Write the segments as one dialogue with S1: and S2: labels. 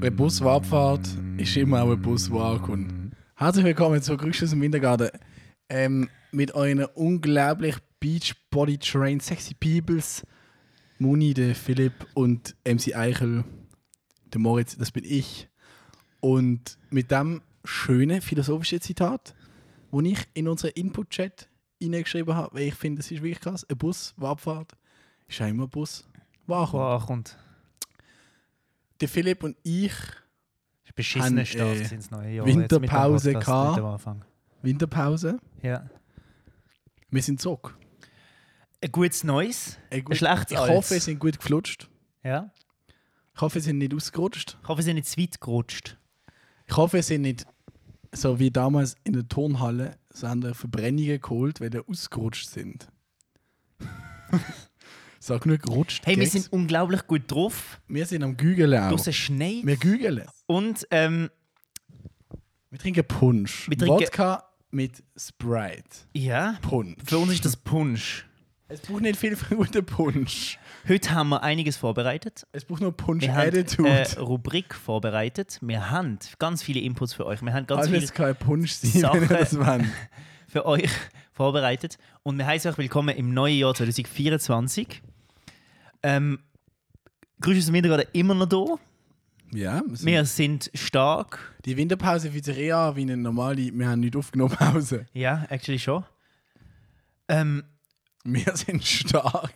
S1: Eine Busabfahrt ist immer auch ein Bus, der ankommt. Herzlich willkommen zu Grüße aus dem Wintergarten. Ähm, mit euren unglaublich Beachbody Train Sexy Peoples, Muni, der Philipp und MC Eichel, der Moritz, das bin ich. Und mit dem schönen philosophischen Zitat, wo ich in unseren Input-Chat reingeschrieben habe, weil ich finde, das ist wirklich krass. Ein Bus, der abfährt, ist auch immer ein Bus, der ankommt.
S2: Wow, kommt.
S1: Der Philipp und ich
S2: Ist beschissene
S1: Haben,
S2: Start
S1: äh,
S2: ins neue Jahr.
S1: Winterpause
S2: jetzt mit dem
S1: gehabt.
S2: Podcast, mit dem Anfang.
S1: Winterpause.
S2: Ja.
S1: Wir sind zurück.
S2: Ein gutes Neues.
S1: Ein
S2: Ein schlechtes
S1: ich
S2: Altes.
S1: hoffe, wir sind gut geflutscht.
S2: Ja.
S1: Ich hoffe, wir sind nicht ausgerutscht.
S2: Ich hoffe, sie sind nicht zu weit gerutscht.
S1: Ich hoffe, wir sind nicht so wie damals in der Turnhalle, so haben wir Verbrennungen geholt, weil wir ausgerutscht sind. Sag nur gerutscht.
S2: Hey, wir
S1: gell?
S2: sind unglaublich gut drauf.
S1: wir sind am Gügeln auch.
S2: Draußen schneit.
S1: Wir gügeln.
S2: Und ähm,
S1: Wir trinken Punsch.
S2: Wir trinken-
S1: Wodka mit Sprite.
S2: ja,
S1: Punsch.
S2: für uns ist das Punsch.
S1: Es braucht nicht viel für einen guten Punsch.
S2: Heute haben wir einiges vorbereitet.
S1: Es braucht nur Punsch
S2: Wir haben äh,
S1: Attitude.
S2: eine Rubrik vorbereitet. Wir haben ganz viele Inputs für euch. Wir haben ganz
S1: Alles
S2: viel
S1: kann Punsch sein, wenn ihr
S2: Sachen.
S1: das wollt.
S2: für euch vorbereitet. Und wir heißen euch willkommen im neuen Jahr 2024. Ähm, Grüße aus dem Wintergarten immer noch da.
S1: Ja, wir sind
S2: Wir sind stark.
S1: Die Winterpause fühlt sich eher an wie eine normale, wir haben nicht aufgenommen Pause.
S2: Ja, actually schon. Ähm,
S1: Wir sind stark.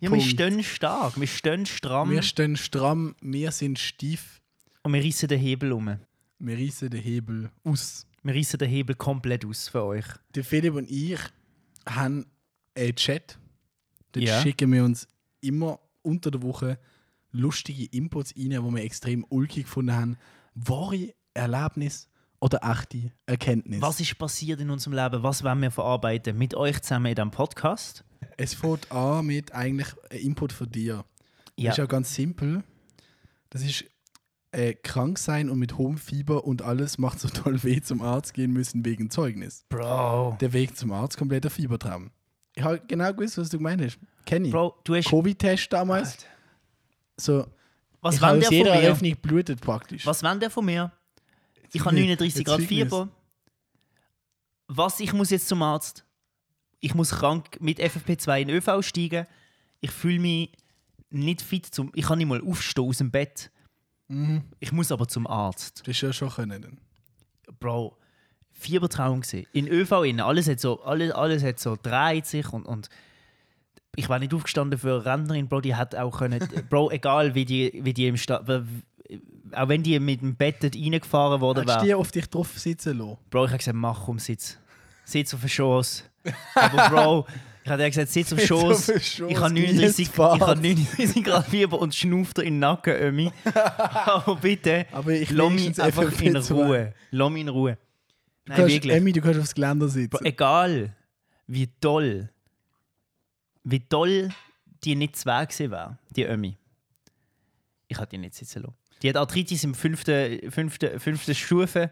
S2: ja,
S1: Punkt.
S2: wir stehen stark, wir stehen stramm
S1: Wir stehen stramm, wir sind stief,
S2: und wir reißen den Hebel um.
S1: wir reißen den Hebel aus.
S2: Wir reißen den Hebel komplett aus für euch.
S1: Der Philipp und ich haben einen Chat. Dort
S2: Ja.
S1: schicken wir uns immer unter der Woche lustige Inputs rein, die wir extrem ulkig gefunden haben. Wahre Erlebnis oder achte Erkenntnis.
S2: Was ist passiert in unserem Leben? Was wollen wir verarbeiten? Mit euch zusammen in diesem Podcast?
S1: Es fängt an mit eigentlich einem Input von dir.
S2: Ja,
S1: Ist ja ganz simpel. Das ist äh, krank sein und mit hohem Fieber und alles macht so toll weh zum Arzt gehen müssen wegen Zeugnis.
S2: Bro.
S1: Der Weg zum Arzt kompletter Fiebertraum. Ich habe genau gewusst, was du gemeint hast. Kenny.
S2: Bro, du hast...
S1: Covid-Test damals. So,
S2: Was
S1: ich habe
S2: wollen
S1: aus
S2: der
S1: jeder
S2: von mir?
S1: Eröffnung blutet praktisch.
S2: Was wollen der von mir? Ich habe
S1: Zeugnis.
S2: 39
S1: Ein
S2: Grad
S1: Zeugnis.
S2: Fieber. Was, ich muss jetzt zum Arzt? Ich muss krank mit FFP2 in ÖV steigen. Ich fühle mich nicht fit zum... Ich kann nicht mal aufstehen aus dem Bett. Ich muss aber zum Arzt.
S1: Das ist ja schon können. dann.
S2: Bro, Fiebertraum gesehen. In ÖV innen, alles hat so, alles, alles hat so dreht sich und, und ich war nicht aufgestanden für eine Rentnerin, Bro, die hat auch können, Bro, egal wie die, wie die im Sta auch wenn die mit dem Bett dort reingefahren worden
S1: Hast
S2: wäre.
S1: du die auf dich drauf sitzen lassen?
S2: Bro, ich habe gesagt, mach um Sitz. Sitz auf den Schoß. Aber Bro, ich habe gesagt, Sitz auf den
S1: Sitz auf
S2: Schoß.
S1: den Schoß,
S2: Ich habe
S1: geiles
S2: 39, ich
S1: Bad.
S2: habe 39 Grad Fieber und schnauft dir in den Nacken, Ömi. Aber bitte,
S1: Aber ich
S2: lass mich
S1: wenigstens
S2: einfach in
S1: FFP2.
S2: Ruhe. Lass mich in Ruhe.
S1: Du
S2: Nein,
S1: kannst,
S2: wirklich.
S1: Emmy, du kannst aufs Geländer sitzen.
S2: Bro, egal, wie toll, wie toll die nicht zwei gewesen war, die Ömi. Ich hatte die nicht sitzen lassen. Die hat Arthritis im fünften, fünften, fünften Stufe.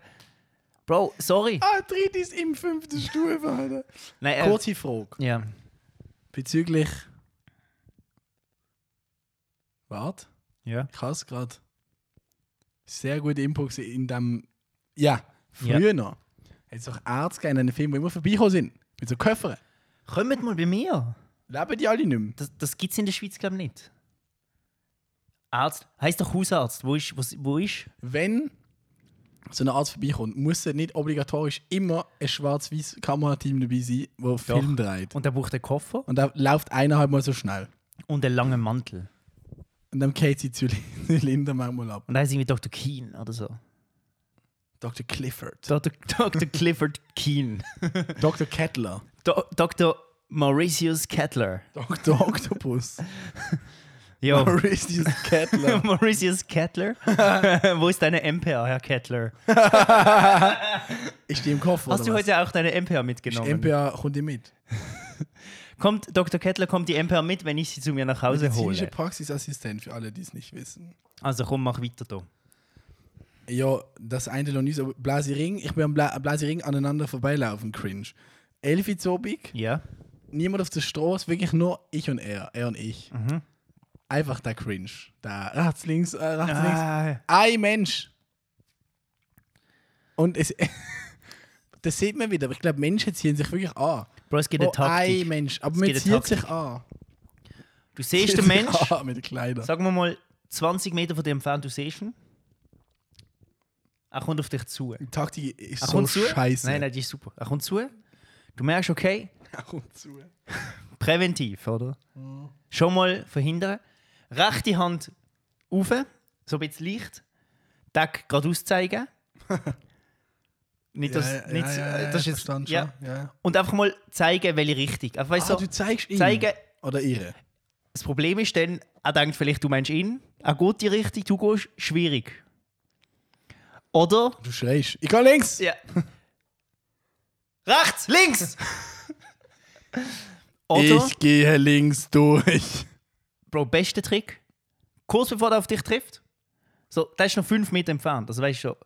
S2: Bro, sorry.
S1: Arthritis Ah, im fünften Stufe, Alter.
S2: Nein, äh,
S1: Kurze Frage.
S2: ja.
S1: Bezüglich. Wart,
S2: ja.
S1: ich habe es gerade. Sehr gute Input gewesen in dem. Ja,
S2: Ja.
S1: früher noch. Jetzt auch Ärzte gegeben in einem Film, wo immer vorbeikommen sind. Mit so Köffern.
S2: Kommt mal bei mir.
S1: Leben die alle nicht mehr.
S2: Das, das gibt es in der Schweiz, glaube ich, nicht. Arzt, heißt doch Hausarzt. Wo ist, wo, wo ist?
S1: Wenn so ein Arzt vorbeikommt, muss er nicht obligatorisch immer ein schwarz-weiß Kamerateam dabei sein, wo Film dreht.
S2: Und er braucht einen Koffer
S1: Und da läuft eineinhalb Mal so schnell.
S2: und einen langen Mantel.
S1: Und dann geht sie Zylinder manchmal ab.
S2: Und da heißt irgendwie Dr. Keen oder so.
S1: Dr. Clifford.
S2: Dr. Dr. Clifford Keen.
S1: Dr. Kettler.
S2: Do, Dr. Mauritius Kettler.
S1: Dr. Octopus.
S2: Ja.
S1: Mauritius Kettler.
S2: Mauritius Kettler? Wo ist deine MPA, Herr Kettler?
S1: Ich stehe im Koffer.
S2: Hast du
S1: oder was? Genau,
S2: heute auch deine MPA mitgenommen?
S1: MPA kommt ihr mit.
S2: Kommt Dr. Kettler, kommt die MPA mit, wenn ich sie zu mir nach Hause
S1: Medizinische
S2: hole.
S1: Praxisassistent für alle, die es nicht wissen.
S2: Also komm, mach weiter da.
S1: Ja, das eine noch nicht so. Blasi Ring, ich bin am Bla Blasi Ring aneinander vorbeilaufen, cringe. Elfi Zobig,
S2: Ja. Mhm.
S1: niemand auf der Straße, wirklich nur ich und er. Er und ich. Einfach der Cringe. Der rechts, links, äh, rechts, links.
S2: Ah,
S1: Ein Mensch. Und es. das sieht man wieder. Aber ich glaube, Menschen ziehen sich wirklich an.
S2: Bro, es gibt eine
S1: Oh, ein
S2: Taktik.
S1: Mensch. Aber
S2: Es
S1: man
S2: gibt
S1: zieht
S2: eine
S1: sich an.
S2: Du siehst
S1: Zieht
S2: den
S1: sich
S2: Mensch,
S1: An mit den Kleidern.
S2: sagen wir mal 20 Meter von dir entfernt, du siehst ihn. Er kommt auf dich zu. Er
S1: Die Taktik ist so
S2: kommt zu.
S1: scheiße.
S2: Nein, nein, die ist super. Er kommt zu. Du merkst, okay,
S1: Er kommt zu.
S2: präventiv, oder?
S1: Mhm.
S2: Schon mal verhindern. Rechte Hand auf, so ein bisschen leicht. Deck geradeaus zeigen. nicht das,
S1: ja, ja,
S2: nicht, so-
S1: ja, ja,
S2: das ist jetzt,
S1: verstanden
S2: ja. Also,
S1: schon. Ja.
S2: Und einfach mal zeigen, welche Richtung. Einfach, weißt,
S1: Ah,
S2: so,
S1: du zeigst ihn.
S2: zeigen,
S1: Oder ihre.
S2: das Problem ist dann, er denkt vielleicht, du meinst ihn, er geht die Richtung, du gehst, schwierig. Oder?
S1: Du schreist. Ich gehe links.
S2: Ja. Rechts, links! Oder,
S1: Ich gehe links durch.
S2: Bro, bester Trick, kurz bevor er auf dich trifft, so, der ist noch fünf Meter entfernt, also weißt du schon,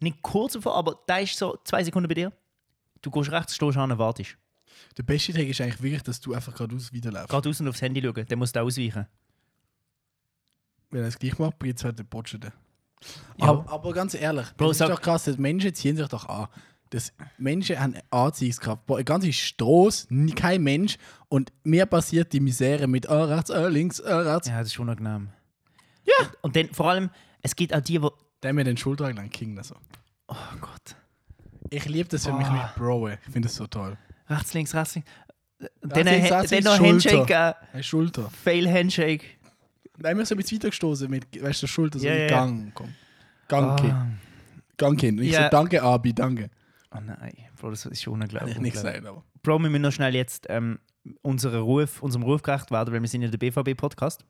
S2: nicht kurz bevor, aber der ist so zwei Sekunden bei dir, du gehst rechts, stehst an und wartest.
S1: Der beste Tag ist eigentlich wirklich, dass du einfach geradeaus weiterläufst.
S2: Gerade raus und aufs Handy schauen, dann musst du ausweichen.
S1: Wenn er es gleich macht, bringt es halt den Botschete.
S2: Ja.
S1: Aber, aber ganz ehrlich,
S2: Bro,
S1: das ist
S2: sag-
S1: doch krass, dass Menschen ziehen sich doch an. Das Menschen haben Anziehungskraft. Boah, ein ganzer Strass, nie- kein Mensch. Und mir passiert die Misere mit ah, rechts, ah, links, ah, rechts.
S2: Ja, das ist unangenehm. Ja! Und, und dann vor allem, es gibt auch die, die
S1: Dann mir den Schultern lang King. Also.
S2: Oh Gott.
S1: Ich liebe das, wenn mich
S2: Ah.
S1: mich broe. Ich finde das so toll.
S2: Rechts, links, rechts, links. Dann,
S1: Rechts, links, rechts,
S2: dann
S1: links,
S2: noch Handshake,
S1: Schulter.
S2: äh,
S1: Eine Schulter.
S2: Fail Handshake.
S1: Nein, wir sind jetzt weitergestoßen mit weißt, du, der Schulter, so
S2: Ja,
S1: yeah,
S2: ja, ja.
S1: Gang. Komm. Gang, Kind.
S2: Ah.
S1: Gang, Kind. Und ich
S2: Ja.
S1: so, danke, Abi, danke.
S2: Oh nein, Bro, das ist schon unglaublich.
S1: Kann ich nicht gesagt, aber.
S2: Bro, wir müssen noch schnell jetzt ähm, unseren Ruf, unserem Ruf gerecht werden, weil wir sind ja der BVB-Podcast.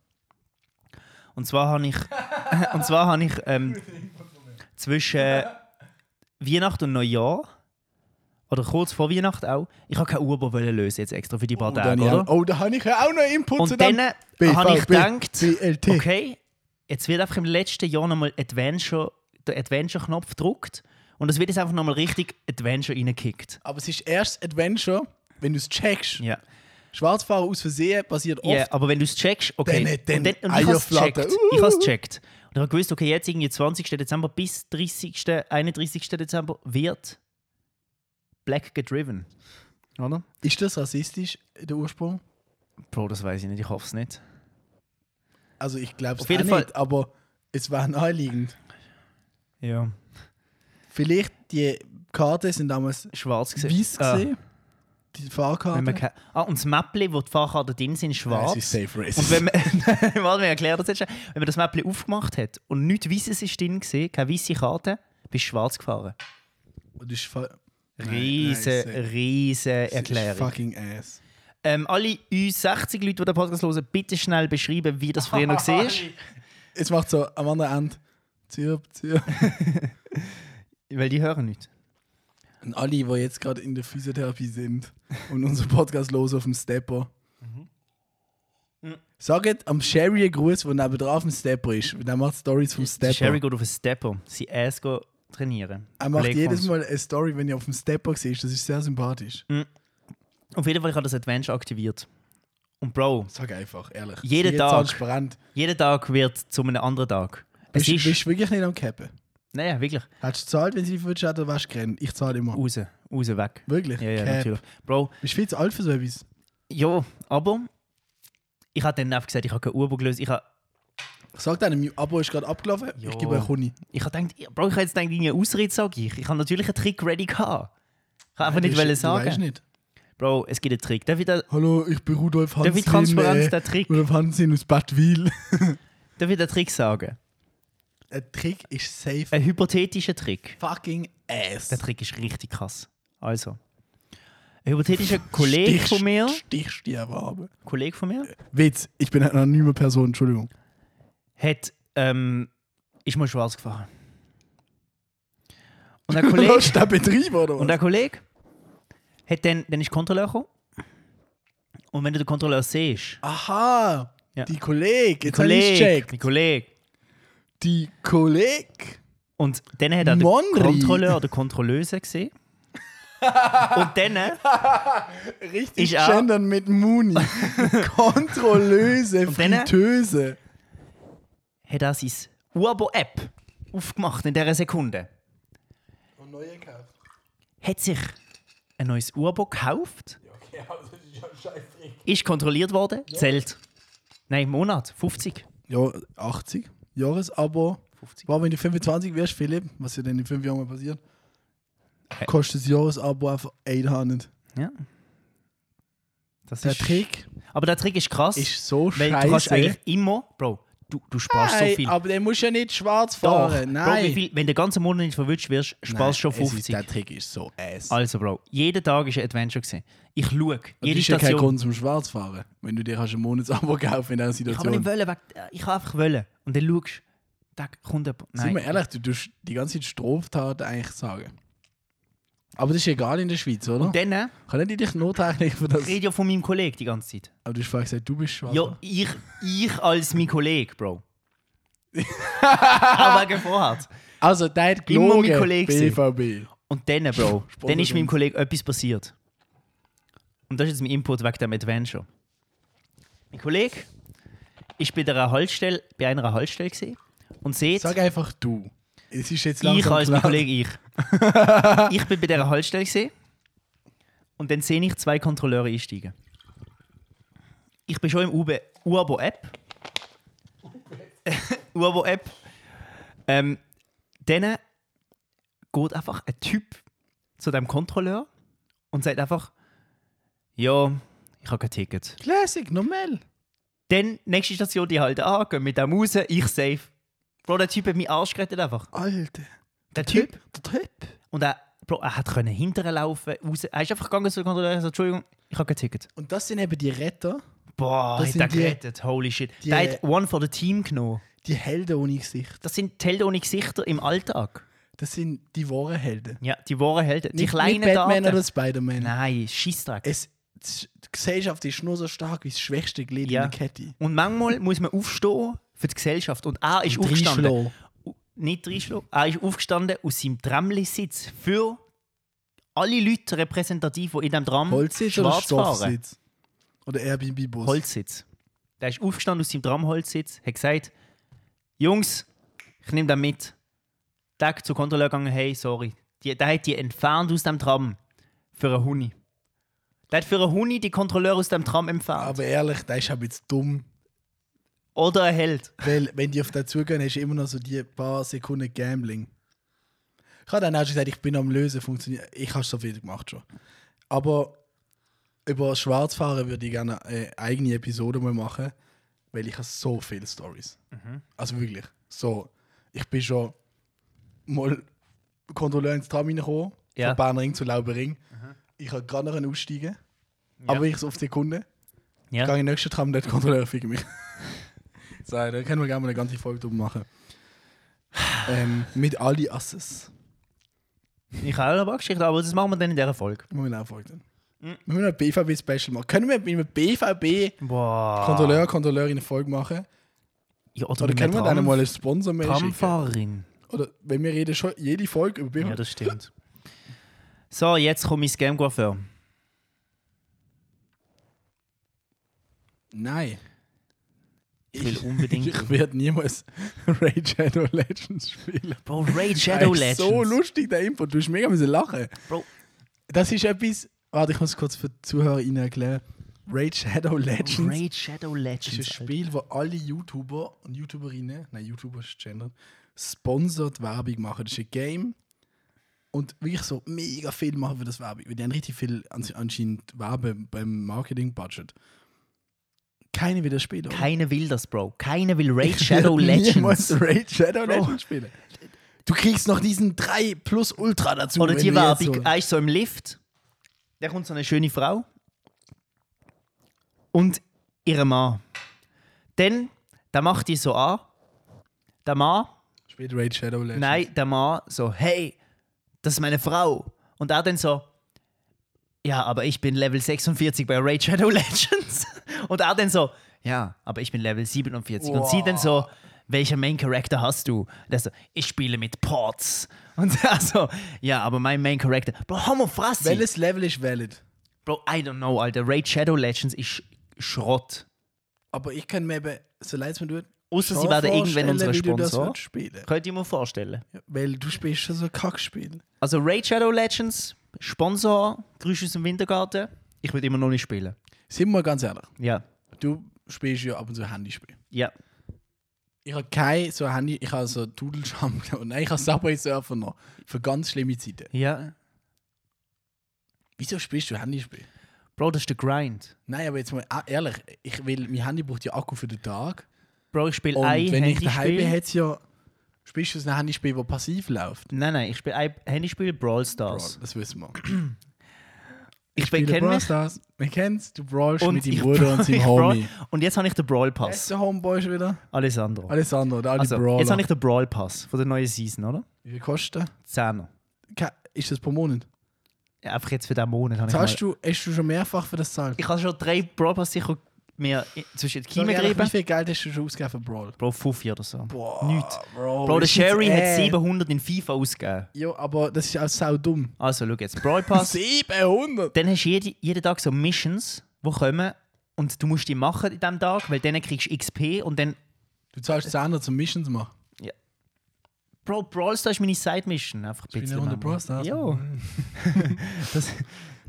S2: Und zwar habe ich, und zwar habe ich ähm, zwischen Weihnachten und Neujahr oder kurz vor Weihnachten auch, ich habe keine Uber wollen lösen jetzt extra für die paar
S1: Oh,
S2: Tage,
S1: dann ja-
S2: oder?
S1: oh, da habe ich ja auch noch Input
S2: Und dann äh, habe ich gedacht,
S1: BLT.
S2: okay, jetzt wird einfach im letzten Jahr nochmal Adventure, der Adventure-Knopf gedruckt und es wird jetzt einfach nochmal richtig Adventure reingekickt.
S1: Aber es ist erst Adventure, wenn du es checkst.
S2: Ja.
S1: Schwarzfahrer aus Versehen passiert oft.
S2: Ja, aber wenn du es checkst, okay.
S1: Dann nicht, dann
S2: und und ich habe es
S1: Eierflatter.
S2: gecheckt. Ich habe es gecheckt. Und ich habe gewusst, okay, jetzt irgendwie 20. Dezember bis 30. 31. Dezember wird Black gedriven. Oder?
S1: Ist das rassistisch, der Ursprung?
S2: Bro, das weiß ich nicht, ich hoffe es nicht.
S1: Also ich glaube es
S2: Auf jeden
S1: nicht,
S2: Fall.
S1: aber es war naheliegend.
S2: Ja.
S1: Vielleicht die Karten sind damals
S2: Schwarz gesehen.
S1: weiß gesehen. Die Fahrkarte.
S2: Ah. Wenn man ke- ah, und das Mäppchen, wo die Fahrkarten drin sind, ist
S1: Nein,
S2: schwarz.
S1: es ist safe race.
S2: Und wenn man, Warte, wir erklären das jetzt schon. Wenn man das Mäppchen aufgemacht hat und nichts Weisses ist drin gesehen, keine weiße Karte, bist du schwarz gefahren.
S1: Und das ist fa- Nein, nein,
S2: Riese,
S1: safe.
S2: riese
S1: Das ist
S2: Erklärung.
S1: Fucking ass.
S2: Ähm, alle uns 60 Leute, die den Podcast hören, bitte schnell beschreiben, wie das früher noch war.
S1: Es macht so am anderen Ende. Zirp, zirp.
S2: Weil die hören nicht.
S1: Und alle, die jetzt gerade in der Physiotherapie sind und unseren Podcast los auf dem Stepper.
S2: Mhm.
S1: Sagt am Sherry einen Gruß, der nebenan auf dem Stepper ist. Und er macht Stories vom
S2: Die
S1: Stepper.
S2: Sherry geht auf einen Stepper. Sie Ass geht trainieren.
S1: er macht
S2: Kollege
S1: jedes
S2: von Mhm.
S1: Mal eine Story, wenn ihr auf dem Stepper seht. Das ist sehr sympathisch.
S2: uns. Auf jeden Fall, ich habe das Adventure aktiviert. Und Bro,
S1: Sag einfach, ehrlich.
S2: Jeden
S1: Jetzt
S2: Tag.
S1: transparent.
S2: jeder Tag wird zu einem anderen Tag. Es
S1: Bist,
S2: ist...
S1: bist du wirklich nicht am Cappen?
S2: Naja, wirklich.
S1: Hättest du gezahlt, wenn sie die Würdchen hätten, wärst du gerannt. Ich zahle immer.
S2: Raus. Raus, weg.
S1: Wirklich?
S2: Uh. Ja, ja,
S1: Cap.
S2: natürlich. Bro,
S1: Bist viel zu alt für so etwas.
S2: ja, aber... Ich habe dann einfach gesagt, ich habe keine Uber gelöst. Ich habe
S1: Ich sag deinem, mein Abo ist gerade abgelaufen. Ich
S2: Jo.
S1: gebe euch Honey.
S2: ich hab gedacht, ich- Bro, ich habe jetzt gedacht, irgendeine Ausrede sage ich. Ich habe natürlich einen Trick ready gehabt. Ich habe einfach nicht
S1: Du-
S2: wollen
S1: du weisst
S2: sagen.
S1: nicht.
S2: Bro, es gibt einen Trick. Darf ich da
S1: Hallo, ich bin Rudolf Hansen.
S2: Darf ich transparent
S1: äh,
S2: den Trick?
S1: Rudolf Hansen aus Badwil.
S2: Darf ich den Trick sagen?
S1: Ein Trick ist safe
S2: Ein hypothetischer Trick.
S1: fucking
S2: Äh, Der
S1: ass.
S2: Trick ist richtig krass. Also. Ein hypothetischer Kollege von mir.
S1: Stichst die aber ab.
S2: Kollege von mir
S1: Witz, ich bin eine anonyme Person, Entschuldigung.
S2: hat, ähm, ist mal schwarz gefahren. Und der Kollege,
S1: Lässt der Betrieb oder
S2: und
S1: was?
S2: der Kollege hat dann, dann ist Kontrolleur gekommen. Und wenn du den Kontrolleur siehst,
S1: Aha,
S2: Ja.
S1: die Kolleg. Jetzt habe ich
S2: Kollege,
S1: gecheckt.
S2: mein Kollege.
S1: Die Kolleg.
S2: Und dann hat er den
S1: Monri.
S2: Kontrolleur oder Kontrolleuse gesehen. Und dann,
S1: Richtig
S2: Ist auch-
S1: gendern mit Muni. Kontrolleuse,
S2: Und dann-
S1: Fritöse.
S2: hat er seine Urbo-App aufgemacht in dieser Sekunde.
S1: Und neue gekauft.
S2: Hat sich ein neues Urbo gekauft,
S1: Ja, okay, aber das ist ja scheiße.
S2: ist kontrolliert worden, zählt. Nein, im Monat, 50.
S1: Ja, 80 Jahresabo.
S2: 50.
S1: Wow, wenn du 25 wärst, Philipp, was ja dann in 5 Jahren mal passiert,
S2: Hä?
S1: kostet das Jahresabo einfach 100.
S2: Ja. Das
S1: Der
S2: ist-
S1: Trick
S2: Aber der Trick ist krass.
S1: ist so
S2: weil
S1: scheiße.
S2: du kannst eigentlich immer, Bro, du, du sparst so viel.
S1: aber den musst du ja nicht schwarz
S2: Doch,
S1: fahren.
S2: Bro, wie
S1: Nein.
S2: viel, wenn du den ganzen Monat nicht verwünscht wirst, sparst
S1: Nein,
S2: du schon
S1: es ist-
S2: 50.
S1: Der Trick ist so ass.
S2: Also, Bro, jeden Tag war ein Adventure. Gewesen. Ich schaue,
S1: Das
S2: jede
S1: ist ja kein
S2: Station.
S1: Grund zum Schwarzfahren, wenn du dir hast ein Monatsabo kaufen in dieser
S2: Ich kann aber
S1: Situation.
S2: nicht wollen, weg, ich kann einfach wollen. Und dann schaust du, da kommt jemand.
S1: Sind wir
S2: Nein,
S1: ehrlich, du tust die ganze Zeit Straftaten eigentlich sagen. Aber das ist egal in der Schweiz, oder?
S2: dann äh,
S1: Können die dich nottechnisch für das? Also.
S2: ich rede ja von meinem Kollegen die ganze Zeit.
S1: Aber du hast vorher gesagt, du bist schwarz.
S2: Ja, ich, ich als mein Kollege, Bro. Auch wegen Vorhat.
S1: Also, der hat
S2: Immer mein
S1: gelogen,
S2: Kollege
S1: BVB.
S2: Und dann, Bro,
S1: Sponsor
S2: dann ist meinem
S1: uns.
S2: Kollegen etwas passiert. Und das ist jetzt mein Input wegen dem Adventure. Mein Kollege ist bei, der Haltestelle, bei einer Haltestelle gewesen und sieht,
S1: Sag einfach du. Es ist jetzt
S2: ich
S1: langsam
S2: als mein
S1: klar.
S2: Kollege, ich. ich bin bei dieser Haltestelle gewesen und dann sehe ich zwei Kontrolleure einsteigen. Ich bin schon im Ube- Urbo-App. Urbo-App. Ähm, dann geht einfach ein Typ zu dem Kontrolleur und sagt einfach, ja, ich habe kein Ticket.
S1: Classic, normal.
S2: Dann, nächste Station, die halten an, gehen mit dem raus, ich safe. Bro, der Typ hat meinen Arsch gerettet einfach.
S1: Alter.
S2: Der Typ
S1: Der Typ.
S2: Und er, Bro, er hat können hinterher laufen, raus. Er ist einfach gegangen zu den Kontrolleuren und gesagt, äh, Entschuldigung, ich habe kein Ticket.
S1: Und das sind eben die Retter,
S2: Boah,
S1: Das
S2: hat
S1: sind
S2: er
S1: die-
S2: gerettet, holy shit.
S1: die-
S2: der hat One for the Team genommen.
S1: die Helden ohne Gesicht.
S2: Das sind die Helden ohne Gesichter im Alltag.
S1: Das sind die wahren Helden.
S2: Ja, die wahren Helden. Die
S1: nicht,
S2: kleinen
S1: nicht Batman
S2: Daten.
S1: oder Spider-Man.
S2: Nein, Scheißdreck.
S1: Es, die Gesellschaft ist nur so stark wie das schwächste Glied
S2: Ja.
S1: in der Kette.
S2: Und manchmal muss man aufstehen für die Gesellschaft. Und er ist aufgestanden.
S1: Reinschlagen.
S2: U- Nicht reinschlagen. Er ist aufgestanden aus seinem Tramli-Sitz für alle Leute repräsentativ, die in diesem Tram
S1: Holzsitz oder
S2: schwarz fahren.
S1: Stoffsitz? Oder Airbnb-Bus?
S2: Holzsitz. Der ist aufgestanden aus seinem Tramholzsitz, hat gesagt, Jungs, ich nehme den mit. Tag zur Kontrolleur gegangen, hey, sorry. Die, der hat die entfernt aus dem Tram. Für einen Huni. Der hat für einen Huni die Kontrolleur aus dem Tram entfernt.
S1: Aber ehrlich, der ist halt jetzt dumm.
S2: Oder ein Held.
S1: Weil, wenn die auf den zugehen, hast du immer noch so die paar Sekunden Gambling. Ich habe dann auch schon gesagt, ich bin am Lösen, funktioniert. Ich habe so viel gemacht schon. Aber über Schwarzfahren würde ich gerne eine eigene Episode mal machen, weil ich habe so viele Stories. Also wirklich. So, ich bin schon mal Kontrolleur ins Tram reingekommen,
S2: Ja.
S1: von Bernring zu Laubering. Ich habe gerade noch einen aussteigen, aber ich so auf Sekunde. Ich
S2: Ja.
S1: gehe in den nächsten Tram, dort Kontrolleur fick mich. so, da können wir gerne mal eine ganze Folge drüber machen. Ähm, mit all Asses.
S2: Ich habe auch noch ein paar Geschichten, aber das machen wir dann in dieser Folge.
S1: Muss man auch folgen.
S2: Hm.
S1: Wir müssen ein BVB-Special machen. Können wir mit einem BVB
S2: Boah.
S1: Kontrolleur, Kontrolleur eine Folge machen?
S2: Ja, oder
S1: Oder
S2: mit
S1: können wir
S2: einer
S1: dann
S2: Tram-
S1: mal einen Sponsor mehr schicken?
S2: Tramfahrerin.
S1: Oder wenn wir reden schon jede Folge über BVB.
S2: Ja, das stimmt. So, jetzt kommt mein Game Coiffeur.
S1: Nein.
S2: Ich will unbedingt.
S1: Ich werde niemals Ray Shadow Legends spielen.
S2: Bro, Raid Shadow
S1: Das ist
S2: Legends.
S1: So lustig, der Info. Du hast mega müssen lachen.
S2: Bro.
S1: Das ist etwas. Warte, ich muss es kurz für die ZuhörerInnen erklären. Raid Shadow Legends
S2: Raid Shadow
S1: ist ein
S2: Legends. Alter.
S1: Spiel, wo alle YouTuber und YouTuberinnen, nein, YouTuber ist gendert, sponsored Werbung machen. Das ist ein Game. Und wirklich so mega viel machen für das Werbung. Weil die haben richtig viel ans- anscheinend Werbe beim Marketing-Budget. Keiner will das spielen. oder?
S2: Keiner will das, Bro. Keiner will Raid
S1: Ich werde
S2: Shadow Legends.
S1: niemals Raid Shadow Legends spielen. Du kriegst noch diesen 3 plus Ultra dazu.
S2: Oder
S1: wenn
S2: die
S1: du jetzt
S2: Werbung, er ist so im Lift, da kommt so eine schöne Frau und ihr Mann. Dann, der macht die so an. Der Mann,
S1: So spielt Raid Shadow Legends.
S2: nein, der Mann so, hey, das ist meine Frau. Und er dann so, ja, aber ich bin Level 46 bei Raid Shadow Legends. Und er dann so, ja, aber ich bin Level 47. Und sie dann so, welcher Main Character hast du? Der so, ich spiele mit Ports. Und er so, ja, aber mein Main Character. Bro, Homo Frassi.
S1: Welches Level ist valid?
S2: Bro, I don't know, Alter. Raid Shadow Legends ist Schrott.
S1: Aber ich kann mir eben, so leid es mir tut,
S2: Außer sie
S1: schon
S2: werden irgendwann
S1: vorstellen,
S2: unsere
S1: wie du das
S2: Sponsor.
S1: würdest spielen.
S2: Könnt ihr mir vorstellen.
S1: Weil du spielst schon so ein Kackspiel.
S2: Also Raid Shadow Legends, Sponsor, Grüß aus dem Wintergarten. Ich würde immer noch nicht spielen.
S1: Sind wir mal ganz ehrlich,
S2: Ja,
S1: du spielst ja ab und zu Handyspiel.
S2: ja.
S1: Ich habe kein so Handy, ich habe so Doodle Jump und nein, ich habe Subway Surfer noch. Für ganz schlimme Zeiten.
S2: Ja.
S1: Wieso spielst du Handyspiel?
S2: Bro, das ist der Grind.
S1: Nein, aber jetzt mal ah, ehrlich, ich will, mein Handy braucht ja Akku für den Tag.
S2: Bro, ich spiele
S1: Und
S2: ein
S1: wenn ich daheim bin,
S2: Handyspiel.
S1: hat's ja. Spielst du so ein Handyspiel, das passiv läuft?
S2: Nein, nein, ich spiele ein Handyspiel Brawl
S1: Brawl,
S2: Stars.
S1: das wissen wir.
S2: Ich
S1: Spiele
S2: bekenne
S1: Brawl
S2: mich
S1: Stars. Wir kennen's, du brawlst mit deinem
S2: ich-
S1: Bruder und
S2: ich
S1: seinem
S2: brawl-
S1: Homie.
S2: Und jetzt habe ich den Brawl Pass.
S1: Beste Homeboy ist wieder?
S2: Alessandro.
S1: Alessandro, der alte
S2: Also,
S1: Brawler.
S2: jetzt habe ich den Brawl Pass von der neuen Season, oder?
S1: Wie viel kostet der?
S2: Zehner.
S1: Ke- Ist das pro Monat?
S2: Ja, einfach jetzt für diesen Monat habe ich mal-
S1: Zahlst du, hast du schon mehrfach für das gezahlt?
S2: Ich habe schon drei Brawl Pass sicher mir in- zwischen die Kiemen
S1: ehrlich, Wie
S2: gerieben.
S1: viel Geld hast du schon ausgegeben für Brawl?
S2: Bro, 50 oder so.
S1: Boah,
S2: Nichts.
S1: Bro,
S2: Bro, der
S1: ist jetzt
S2: Sherry
S1: eh.
S2: hat 700 in FIFA ausgegeben.
S1: Ja, aber das ist auch sau dumm.
S2: Also, schau jetzt. Brawl Pass.
S1: 700?
S2: dann hast du jede, jeden Tag so Missions, die kommen und du musst die machen in diesem Tag, weil dann kriegst du XP und dann...
S1: Du zahlst 10 um Missions zu machen.
S2: Bro, Brawl Stars ist meine Side-Mission. Einfach ein
S1: Spiele
S2: bisschen.
S1: eine Runde
S2: manchmal.
S1: Brawl Stars. Mhm.
S2: Ja. das,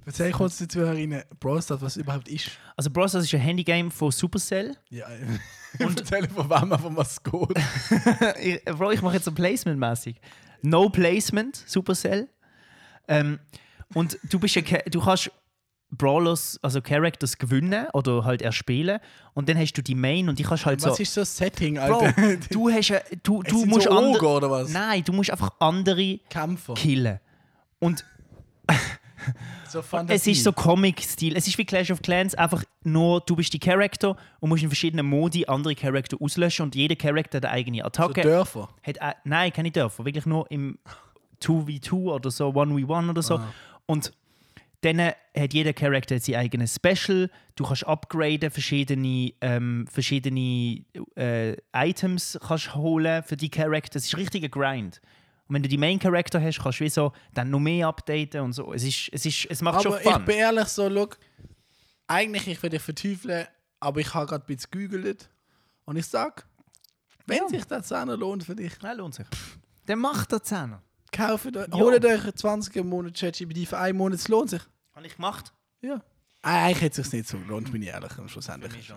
S1: Erzähl kurz den Zuhörerinnen, Brawl Stars, was überhaupt ist.
S2: also Brawl Stars ist ein Handygame von Supercell.
S1: Ja, und erzähl von wem, von was es geht.
S2: Äh, Ich- Bro, ich mache jetzt so Placement-mäßig. No Placement, Supercell. Ähm, und du bist ein, Cha- du kannst Brawlers, also Characters gewinnen oder halt erspielen und dann hast du die Main und die kannst halt
S1: Was
S2: so...
S1: ist so das Setting,
S2: Bro,
S1: Alter?
S2: du hast ja, du,
S1: Es
S2: du
S1: sind
S2: musst
S1: so
S2: andere-
S1: Oger oder was?
S2: Nein, du musst einfach andere
S1: Kämpfer.
S2: killen. Und
S1: So
S2: es
S1: Fantasie.
S2: ist so Comic-Stil. Es ist wie Clash of Clans, einfach nur, du bist die Charakter und musst in verschiedenen Modi andere Charakter auslöschen und jeder Charakter hat eine eigene
S1: So
S2: Attacke.
S1: Dörfer.
S2: hat, ein- nein, keine Dörfer. Wirklich nur im 2v2 oder so, 1v1 oder so.
S1: Ah.
S2: Und dann äh, hat jeder Charakter sein eigenes Special. Du kannst upgraden, verschiedene, ähm, verschiedene äh, Items kannst holen für die Charakter. Es ist richtig ein Grind. Und wenn du die Main Charakter hast, kannst du wie so dann noch mehr updaten und so. Es, ist, es, ist, es macht
S1: Aber
S2: schon
S1: ich
S2: Fun.
S1: bin ehrlich so, look, eigentlich ich will dich verteufeln, aber ich habe gerade ein bisschen gegügelt. Und ich sag, wenn sich das auch lohnt für dich,
S2: Ja, lohnt sich. Dann macht er 10
S1: kauft euch, holt euch 20 im Monat ChatGPT für einen Monat, es lohnt sich.
S2: Habe ich gemacht?
S1: Ja. Eigentlich hätte es sich nicht so gelohnt, bin ich ehrlich, am schlussendlich.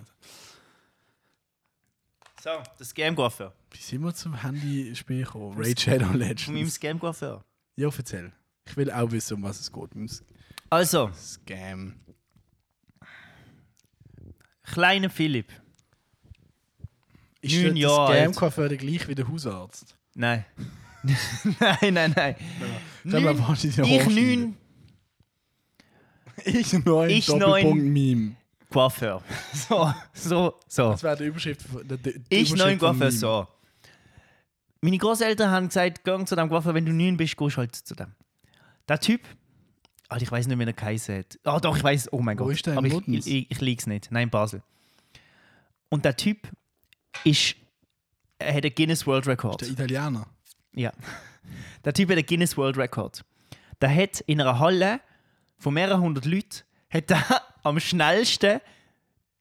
S2: So, das Scam Guaffer.
S1: Wie sind wir zum Handyspiel gekommen? Raid Shadow
S2: Von meinem
S1: Legends.
S2: Scam Guaffer.
S1: Ja, erzähl. Ich will auch wissen, um was es geht. Mit dem
S2: Also,
S1: Scam.
S2: kleiner Philipp.
S1: Ist
S2: Neun
S1: der- der
S2: Jahre alt.
S1: Scam-Kaffee gleich wie der Hausarzt?
S2: Nein. nein, nein, nein.
S1: Können wir wahrscheinlich noch
S2: ich
S1: hochschneiden.
S2: neun
S1: Ich neun,
S2: Ich
S1: ich
S2: neun.
S1: Doppelpunkt Meme.
S2: Coiffeur. So, so, so.
S1: Das wäre die Überschrift von der, der die
S2: Ich
S1: Überschrift
S2: neun
S1: vom
S2: Coiffeur,
S1: Meme.
S2: so. Meine Großeltern haben gesagt, geh zu dem Coiffeur, wenn du neun bist, gehst halt zu dem. Der Typ, Alter, ich weiß nicht, wie er geheißen hat. Ah, doch, ich weiß, oh mein
S1: Wo
S2: Gott.
S1: ist der in
S2: Aber ich,
S1: Muttenz?
S2: ich, ich, ich lieg's nicht. Nein, in Basel. Und der Typ ist, er hat einen Guinness World Record.
S1: Der Italiener.
S2: Ja. Der Typ hat einen Guinness World Record. Der hat in einer Halle von mehreren hundert Leuten hat der am schnellsten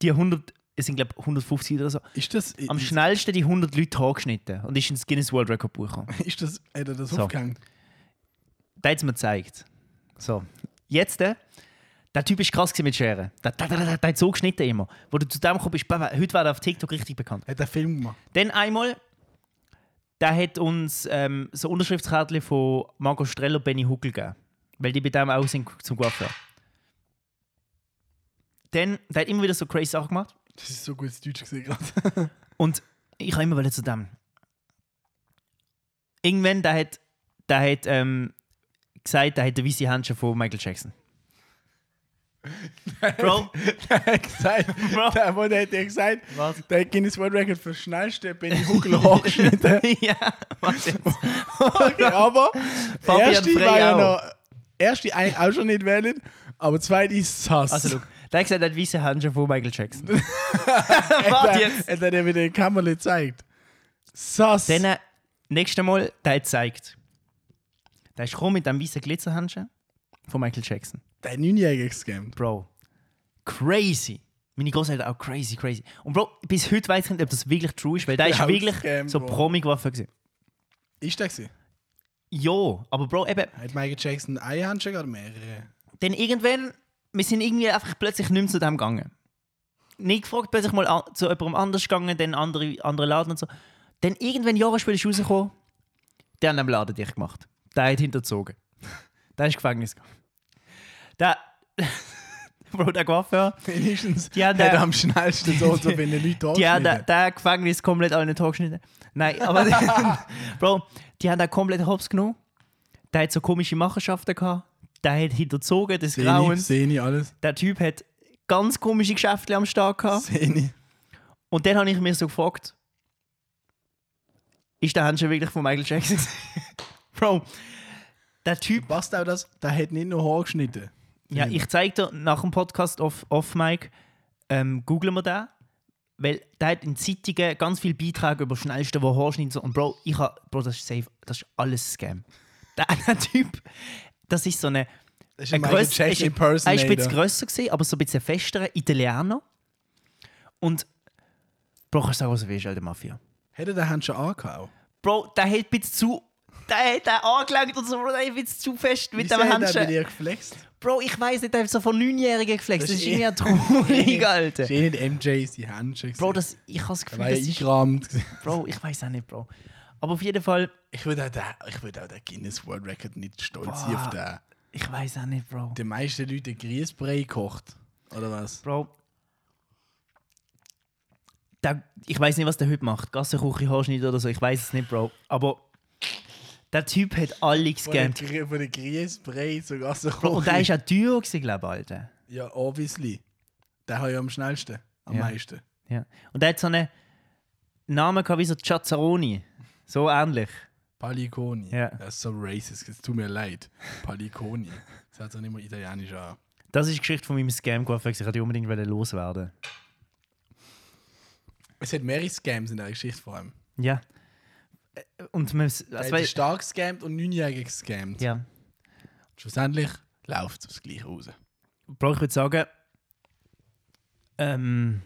S2: die 100, es sind glaube 150 oder so,
S1: Ist das,
S2: am
S1: ist,
S2: schnellsten die 100 Leute angeschnitten und ist ins Guinness World Record Buch gekommen.
S1: ist das, hat er das
S2: So.
S1: aufgehängt?
S2: Da hat es mir gezeigt. So. Jetzt, äh, der Typ ist krass gewesen mit Schere. Der, der, der, der, der hat so geschnitten immer. Wo du zu dem gekommen bist, bah, bah, heute war er auf TikTok richtig bekannt.
S1: Hat er Film gemacht?
S2: Dann einmal, da hat uns ähm, so Unterschriftkärtchen von Marco Strell und Benny Huckel gegeben. Weil die bei dem auch sind zum Coiffeur. Dann, der hat immer wieder so crazy Sachen gemacht.
S1: Das ist so gutes Deutsch gesehen gerade.
S2: Und ich habe immer wieder zu dem. Irgendwann, da hat, da hat ähm, gesagt, da hat der weiße Handschuh von Michael Jackson. Bro,
S1: Er hat gesagt,
S2: Bro.
S1: der Mann hat dir gesagt,
S2: Was?
S1: der Guinness World Record für das schnellste Benny Huckel angeschnitten.
S2: ja, warte jetzt.
S1: aber
S2: Fabian
S1: erste
S2: Frey
S1: war ja
S2: auch.
S1: noch, erste eigentlich auch schon nicht valid, aber zweite ist Sass.
S2: Also, schau, der hat gesagt, der hat weiße Handschuh von Michael Jackson. warte jetzt.
S1: Hat er dir wieder in die Kamera gezeigt. Sass!
S2: Dann, äh, nächstes Mal, der hat gezeigt. Der ist gekommen mit dem weißen Glitzerhandschuh von Michael Jackson.
S1: Der hat 9-Jährige gescammt.
S2: Bro, crazy. Meine Großeltern auch crazy, crazy. Und Bro, bis heute weiß ich nicht, ob das wirklich true ist, weil der ist
S1: glaub's
S2: wirklich
S1: gern,
S2: so
S1: Bro.
S2: Promi-Waffe gewesen.
S1: Ist der gewesen?
S2: Ja, aber Bro, eben,
S1: Hat Michael Jackson eine Handschuhe oder mehrere?
S2: dann irgendwann, wir sind irgendwie einfach plötzlich nicht mehr zu dem gegangen. Nicht gefragt, plötzlich mal an, zu jemandem anders gegangen, dann andere, andere Laden und so. Dann irgendwann Jahre später ist rausgekommen, der hat den Laden dicht gemacht. Der hat hinterzogen. Der ist ins Gefängnis gegangen. Der, Bro, der Coiffeur,
S1: Wenigstens
S2: Die haben
S1: hat
S2: der-
S1: er am schnellsten so, so wenn er Leute
S2: die haben den,
S1: angeschnitten.
S2: den Gefängnis komplett alle nicht hochgeschnitten. Nein, aber Bro, die haben den komplett hops genommen. Der hat so komische Machenschaften gehabt. Der hat hinterzogen, des
S1: Seh ich,
S2: Grauens.
S1: seh ich alles.
S2: Der Typ hat ganz komische Geschäfte am Start gehabt.
S1: Seh ich.
S2: Und dann habe ich mich so gefragt, ist der Handschuh wirklich von Michael Jackson? Bro, der Typ,
S1: Passt auch das? Der hat nicht nur Haar geschnitten.
S2: ja, ich zeige dir nach dem Podcast off, off Mike, ähm, googeln wir den. Weil der hat in Zeitungen ganz viele Beiträge über schnellste Haarschnitt und Bro, ich hab, Bro, das ist safe, das ist alles Scam. Der, der Typ, das ist so eine
S1: Das ist
S2: ein
S1: ein Michael
S2: grösser- ist-
S1: Jackson
S2: Er ist ein bisschen
S1: Impersonator.
S2: grösser, gewesen, aber so ein bisschen festerer Italiener. Und Bro, kannst du sagen, was du willst, alter Mafia.
S1: Hat er den Handschuh angehauen?
S2: Bro, der hat ein bisschen zu... Der hat den angelangt und so, Bro, der hat ein bisschen zu fest mit
S1: Wieso
S2: dem
S1: hat er mit
S2: Handschuh.
S1: ihr geflext?
S2: Bro, ich weiß nicht, der hat so von 9-Jährigen geflext. Das,
S1: Das
S2: ist
S1: ist
S2: irgendwie ein traurig, Alter.
S1: Ist eh nicht MJ, sein Handschuh.
S2: Bro, das, ich habe das
S1: Er
S2: Gefühl,
S1: war
S2: das
S1: ja
S2: ist...
S1: eingerahmt.
S2: Bro, ich weiß auch nicht, Bro. Aber auf jeden Fall,
S1: Ich würde auch, den- ich würde auch den Guinness World Record nicht stolz sein
S2: Boah.
S1: auf den.
S2: ich weiß auch nicht, Bro.
S1: Die meisten Leute Grießbrei kocht. Oder was?
S2: Bro. Der, ich weiß nicht, was der heute macht. Gassenküche, Haarschnitt oder so. Ich weiß es nicht, Bro. Aber der Typ hat alle gescampt.
S1: Von der, von der Grießbrei sogar so
S2: Bro, und der ist auch teuer gewesen, glaube ich, Alter.
S1: Ja, obviously. Der hat ja am schnellsten. Am
S2: Ja.
S1: meisten.
S2: Ja. Und der hat so einen Namen gehabt wie so Chazzaroni. So ähnlich.
S1: Paliconi.
S2: Ja.
S1: Das ist so racist. Es tut mir leid. Paliconi. Das hat so nicht mal italienisch an.
S2: Das ist die Geschichte von meinem scam -Goffer. Ich wollte unbedingt loswerden.
S1: Es hat mehrere Scams in der Geschichte vor allem.
S2: Ja. Äh, Und man... Also,
S1: Er
S2: weil-
S1: hat stark gescammt und neunjährig gescammt.
S2: ja.
S1: Schlussendlich läuft es aufs Gleiche raus.
S2: Bro, ich würde sagen... Ähm,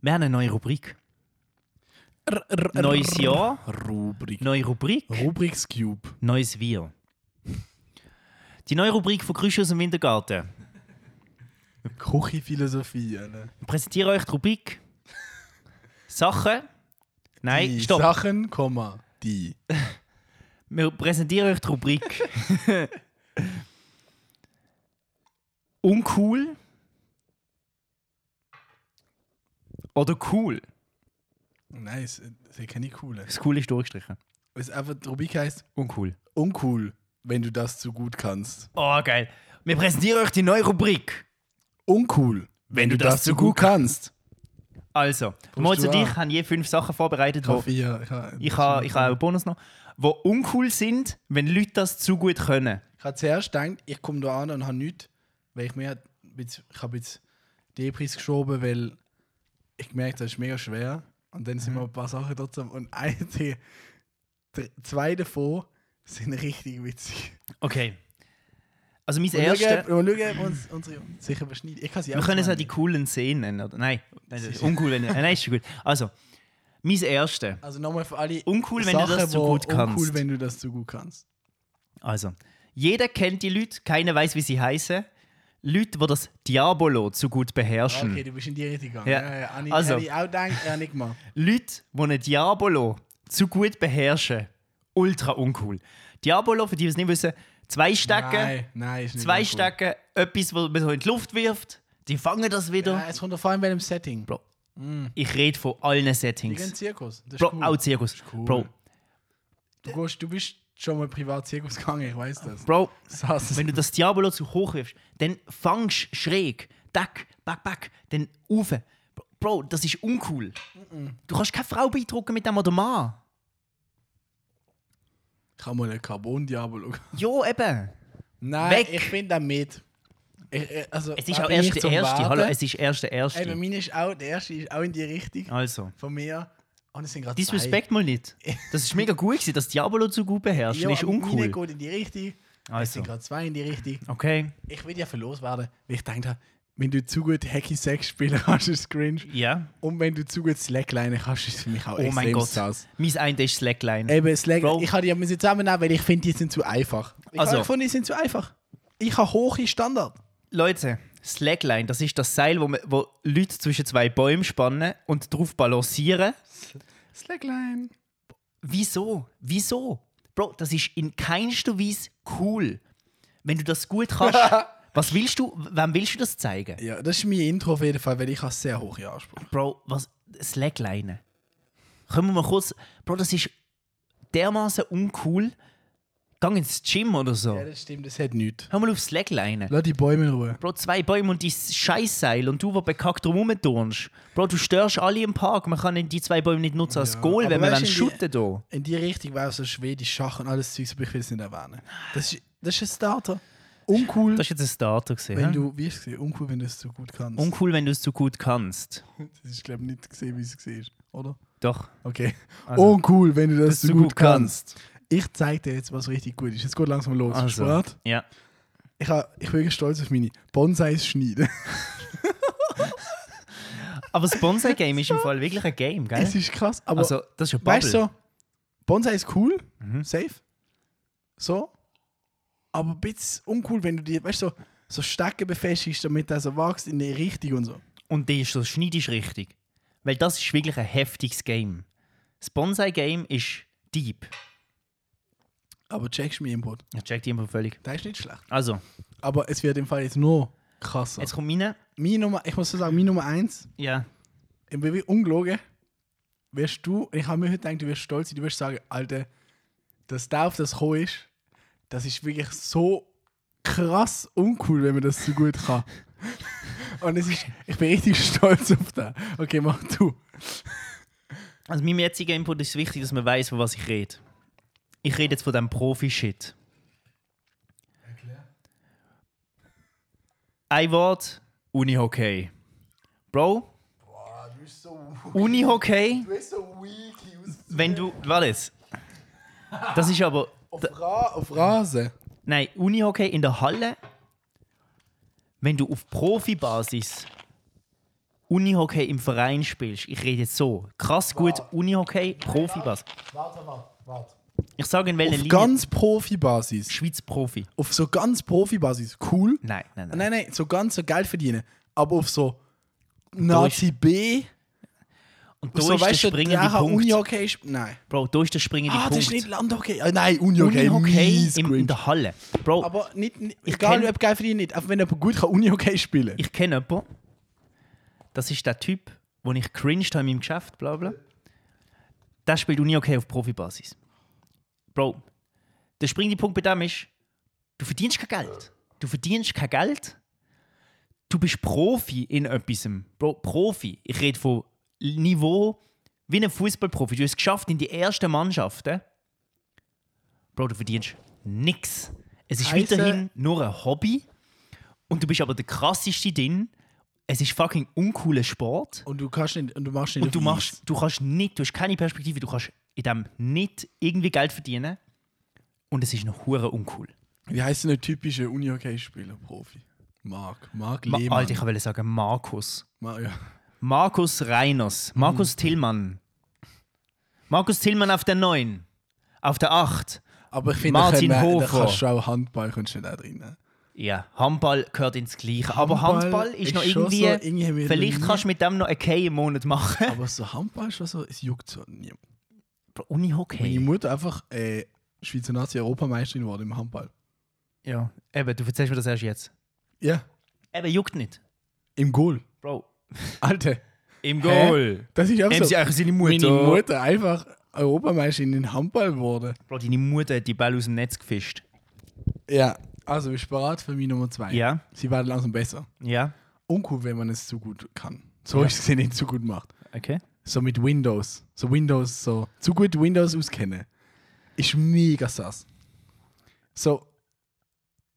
S2: wir haben eine neue Rubrik. Neues Jahr.
S1: Rubrik.
S2: Neue Rubrik,
S1: Rubriks Cube.
S2: neues Wir. Die neue Rubrik von Grüße aus dem Wintergarten.
S1: Küche-Philosophie. Ne?
S2: Ich präsentiere euch die Rubrik Sachen. Nein,
S1: die
S2: stopp.
S1: Sachen, Komma, die.
S2: Wir präsentieren euch die Rubrik Uncool oder cool.
S1: Nein, es es sind keine coolen.
S2: Das Cool ist durchgestrichen.
S1: Es ist einfach, die Rubrik heißt
S2: Uncool.
S1: uncool, wenn du das zu gut kannst.
S2: Oh, geil. Wir präsentieren euch die neue Rubrik.
S1: Uncool, wenn du das, zu gut kannst.
S2: Also, Moritz
S1: du
S2: und ich
S1: an?
S2: haben je fünf Sachen vorbereitet, die
S1: Kaffee, ich habe
S2: Ich habe ich ha auch einen Bonus noch. Die uncool sind, wenn Leute das zu gut können.
S1: Ich habe zuerst gedacht, ich komme da an und habe nichts, weil ich mir ein bisschen- ich habe jetzt Depris geschoben, weil ich gemerkt habe, das ist mega schwer. Und dann
S2: Mhm.
S1: sind mir ein paar Sachen trotzdem. Und einige, dr- zwei davon sind richtig witzig.
S2: Okay. Also mein
S1: Und schauen,
S2: erstes.
S1: ob- und schauen, ob wir uns unsere sicher beschneiden. Ich kann sie
S2: Wir können es auch die coolen Szenen nennen. Oder? Nein, das ist uncool. Wenn, nein, ist schon gut. Also, mein erstes.
S1: Also nochmal für alle.
S2: Uncool, wenn du das zu
S1: wo
S2: gut kannst.
S1: Uncool, wenn du das zu gut kannst.
S2: Also, jeder kennt die Leute, keiner weiß, wie sie heißen. Leute, die das Diabolo zu gut beherrschen.
S1: Okay, du bist in die Richtung gegangen.
S2: Ja.
S1: Ja. Ja, ja. Habe ich-
S2: Also.
S1: habe ich auch gedacht, ja, nicht mal.
S2: Leute, die einen Diabolo zu gut beherrschen, ultra uncool. Diabolo, für die, die es nicht wissen, zwei Stecken.
S1: Nein, nein, ist nicht
S2: zwei
S1: uncool.
S2: Stecken, etwas, was man so in die Luft wirft, die fangen das wieder.
S1: Ja, es kommt vor allem bei dem Setting.
S2: Bro, ich rede von allen
S1: Ich gehe in den
S2: Settings.
S1: Zirkus. Das ist
S2: Bro,
S1: cool.
S2: auch Zirkus.
S1: cool.
S2: Bro,
S1: Du, gehst, du bist schon mal privat Zirkus gegangen, ich weiß das.
S2: Bro,
S1: Sass.
S2: wenn du das Diabolo zu hoch wirfst, dann fangst du schräg, dack, back, back, dann rauf. Bro, Bro, das ist uncool. Du kannst keine Frau beeindrucken mit dem oder Mann.
S1: Ich habe mal einen Carbon-Diabolo.
S2: Ja, eben.
S1: Nein,
S2: Weg!
S1: ich bin da mit. Ich, ich- also,
S2: Es ist
S1: da
S2: auch
S1: bin ich
S2: erst der
S1: zum
S2: erste.
S1: Warten.
S2: Hallo, es ist erst der
S1: Eben,
S2: erste.
S1: meine ist auch, der erste ist auch in die Richtung
S2: Also,
S1: von mir. Und es sind gerade
S2: Disrespect mal nicht. Das ist mega gut gewesen, dass Diabolo zu gut beherrscht.
S1: zwei. Ja,
S2: ist
S1: aber meine
S2: uncool.
S1: geht in die Richtung. Es
S2: Also,
S1: sind gerade zwei in die Richtung.
S2: okay.
S1: Ich will ja verlost werden, weil ich denke, wenn du zu gut Hacky Sex spielen kannst, ist es cringe.
S2: Ja.
S1: Und wenn du zu gut Slackline kannst, ist es für mich auch
S2: Oh
S1: extrem
S2: mein Gott.
S1: sass.
S2: Mein eine ist Slackline.
S1: Eben, Slack,
S2: Bro.
S1: ich habe die ja müssen zusammennehmen, weil ich finde, die sind zu einfach. Ich
S2: Also.
S1: habe gefunden, die sind zu einfach. Ich habe hohe Standard.
S2: Leute, Slackline, das ist das Seil, wo, man, wo Leute zwischen zwei Bäumen spannen und drauf balancieren.
S1: Slackline.
S2: Wieso? Wieso? Bro, das ist in keinster Weise cool. Wenn du das gut kannst, was willst du, wem willst du das zeigen?
S1: Ja, das ist mein Intro auf jeden Fall, weil ich habe sehr hohe Anspruch.
S2: Bro, was? Slackline. Können wir mal kurz. Bro, das ist dermaßen uncool. Gang ins Gym oder so.
S1: Ja, das stimmt, das hat nichts.
S2: Hör mal auf Slackline.
S1: Lass die Bäume in Ruhe.
S2: Bro, zwei Bäume und dein Scheißseil und du, der bekackt rumturnst. Bro, du störst alle im Park. Man kann die zwei Bäume nicht nutzen als
S1: Ja,
S2: Goal,
S1: aber
S2: wenn man
S1: weißt
S2: wollen
S1: du, in die-
S2: shooten hier.
S1: In die Richtung wäre so Schwedisch, Schach und alles Zeugs, aber ich will es nicht erwähnen. Das ist, das ist ein Starter. Uncool,
S2: Das war jetzt ein Starter. Gewesen,
S1: wenn
S2: hä?
S1: du, wie ist es, uncool, wenn du es so gut kannst.
S2: Uncool, wenn du es zu gut kannst.
S1: Das ist, glaube ich, nicht gesehen, wie es gesehen ist, oder?
S2: Doch.
S1: Okay.
S2: Also.
S1: Uncool, wenn du das,
S2: Dass
S1: so
S2: du
S1: gut
S2: gut
S1: kannst. Ich zeige dir jetzt, was richtig gut ist. Jetzt geht langsam los.
S2: Also.
S1: Sport.
S2: Ja.
S1: Ich, hab, ich bin stolz auf meine Bonsais schneiden.
S2: Aber das Bonsai-Game ist im Fall wirklich ein Game, gell?
S1: Es ist krass, aber
S2: Also, das ist ein Bubble.
S1: weißt du, so, Bonsai ist cool, safe. So. Aber ein bisschen uncool, wenn du dir, weißt du, so, so Stecken befestigst, damit er so wächst in die Richtung und so.
S2: Und die ist so schneidisch richtig. Weil das ist wirklich ein heftiges Game. Das Bonsai-Game ist deep.
S1: Aber checkst meinen Input.
S2: Ich check die immer völlig.
S1: Der ist nicht schlecht.
S2: Also,
S1: Aber es wird im Fall jetzt nur krasser.
S2: jetzt kommt meine.
S1: Meine Nummer, ich muss so sagen, meine Nummer eins
S2: Ja.
S1: im Baby ungelogen, wirst du, ich habe mir heute gedacht, du wirst stolz sein, du wirst sagen, Alter, dass der auf das gekommen ist, das ist wirklich so krass uncool, wenn man das so gut kann. Und es ist, ich bin richtig stolz auf den. Okay, mach du.
S2: Also, meinem jetzigen Input ist es wichtig, dass man weiß, von was ich rede. Ich rede jetzt von diesem Profi-Shit. Ein Wort: Unihockey. Bro,
S1: Boah, du bist so,
S2: Unihockey,
S1: du bist so weak aus.
S2: wenn du. Warte jetzt. Das ist aber.
S1: Ra auf Rasen.
S2: Nein, Unihockey in der Halle. Wenn du auf Profibasis Unihockey im Verein spielst, ich rede jetzt so, krass gut Unihockey, Profibasis.
S1: Warte mal, warte.
S2: Ich sage in welcher
S1: Auf
S2: Linie?
S1: ganz Profibasis.
S2: Schweiz Profi.
S1: Auf so ganz Profibasis. Cool.
S2: Nein, nein, nein.
S1: Nein, nein, so ganz so Geld verdienen. Aber auf so Nazi B.
S2: Und da
S1: So,
S2: ist der
S1: weißt du,
S2: springende
S1: der
S2: Punkt.
S1: Uni-Hockey ist. Nein.
S2: Bro, da ist der springende
S1: Ah, das
S2: Punkt.
S1: ist nicht Landhockey. Ah, nein, Uni-Hockey.
S2: Unihockey
S1: mies
S2: im, in
S1: cringe.
S2: der Halle. Bro,
S1: Aber nicht, nicht, egal,
S2: kenn-
S1: ob geil für dich nicht. Auch wenn jemand gut kann Uni-Hockey spielen
S2: ich kenne jemanden. Das ist der Typ, den ich cringed habe in meinem Geschäft, bla bla. Der spielt Unihockey auf Profibasis. Bro, der springende Punkt bei dem ist, du verdienst kein Geld. Du verdienst kein Geld. Du bist Profi in etwas. Bro, Profi. Ich rede von Niveau wie ein Fußballprofi. Du hast es geschafft in die ersten Mannschaften. Bro, du verdienst nichts. Es ist
S1: Heisse-
S2: weiterhin nur ein Hobby. Und du bist aber der krasseste drin. Es ist fucking uncooler Sport.
S1: Und du kannst nicht. Und du machst nicht.
S2: Und du
S1: auf
S2: machst, du kannst nicht, du hast keine Perspektive, du kannst in dem nicht irgendwie Geld verdienen. Und es ist noch hure uncool.
S1: Eis. Wie heißt denn der typische Uni-Hockey-Spieler, Profi? Marc. Marc
S2: Ma
S1: Lehmann.
S2: Alter, ich wollte sagen Markus.
S1: Ma ja.
S2: Markus Reiners.
S1: Hm.
S2: Markus Tillmann. Markus Tillmann auf der 9. Auf der 8.
S1: Aber ich finde,
S2: Martin
S1: da, können wir- da
S2: Hofer.
S1: kannst du auch Handball kannst du nicht auch drin.
S2: Ja, Handball gehört ins Gleiche. Aber
S1: Handball
S2: Handball ist,
S1: ist
S2: noch
S1: schon
S2: irgendwie.
S1: so, irgendwie haben wir noch
S2: vielleicht
S1: nie-
S2: kannst du mit dem noch einen K im Monat machen.
S1: Aber so Handball ist schon so, es juckt so niemand.
S2: Aber
S1: Meine
S2: Unihockey.
S1: Mutter einfach äh, Schweizer Nazi-Europameisterin geworden im Handball.
S2: Ja, eben, du erzählst mir das erst jetzt.
S1: Ja,
S2: Eben, juckt nicht.
S1: im Goal.
S2: Bro.
S1: Alter.
S2: Im
S1: Goal. Das ist einfach so.
S2: eigentlich seine
S1: Also, Meine Mutter einfach Europameisterin in Handball geworden.
S2: Bro, deine Mutter hat die Bälle aus dem Netz gefischt.
S1: Ja. Also, ich bereit für meine Nummer zwei.
S2: Ja.
S1: Sie werden langsam besser.
S2: Ja.
S1: Uncool, wenn man es zu gut kann. So ist es sie nicht zu gut macht.
S2: Okay.
S1: So mit Windows. So Windows, so. Zu gut Windows auskennen. Ist mega sass. So.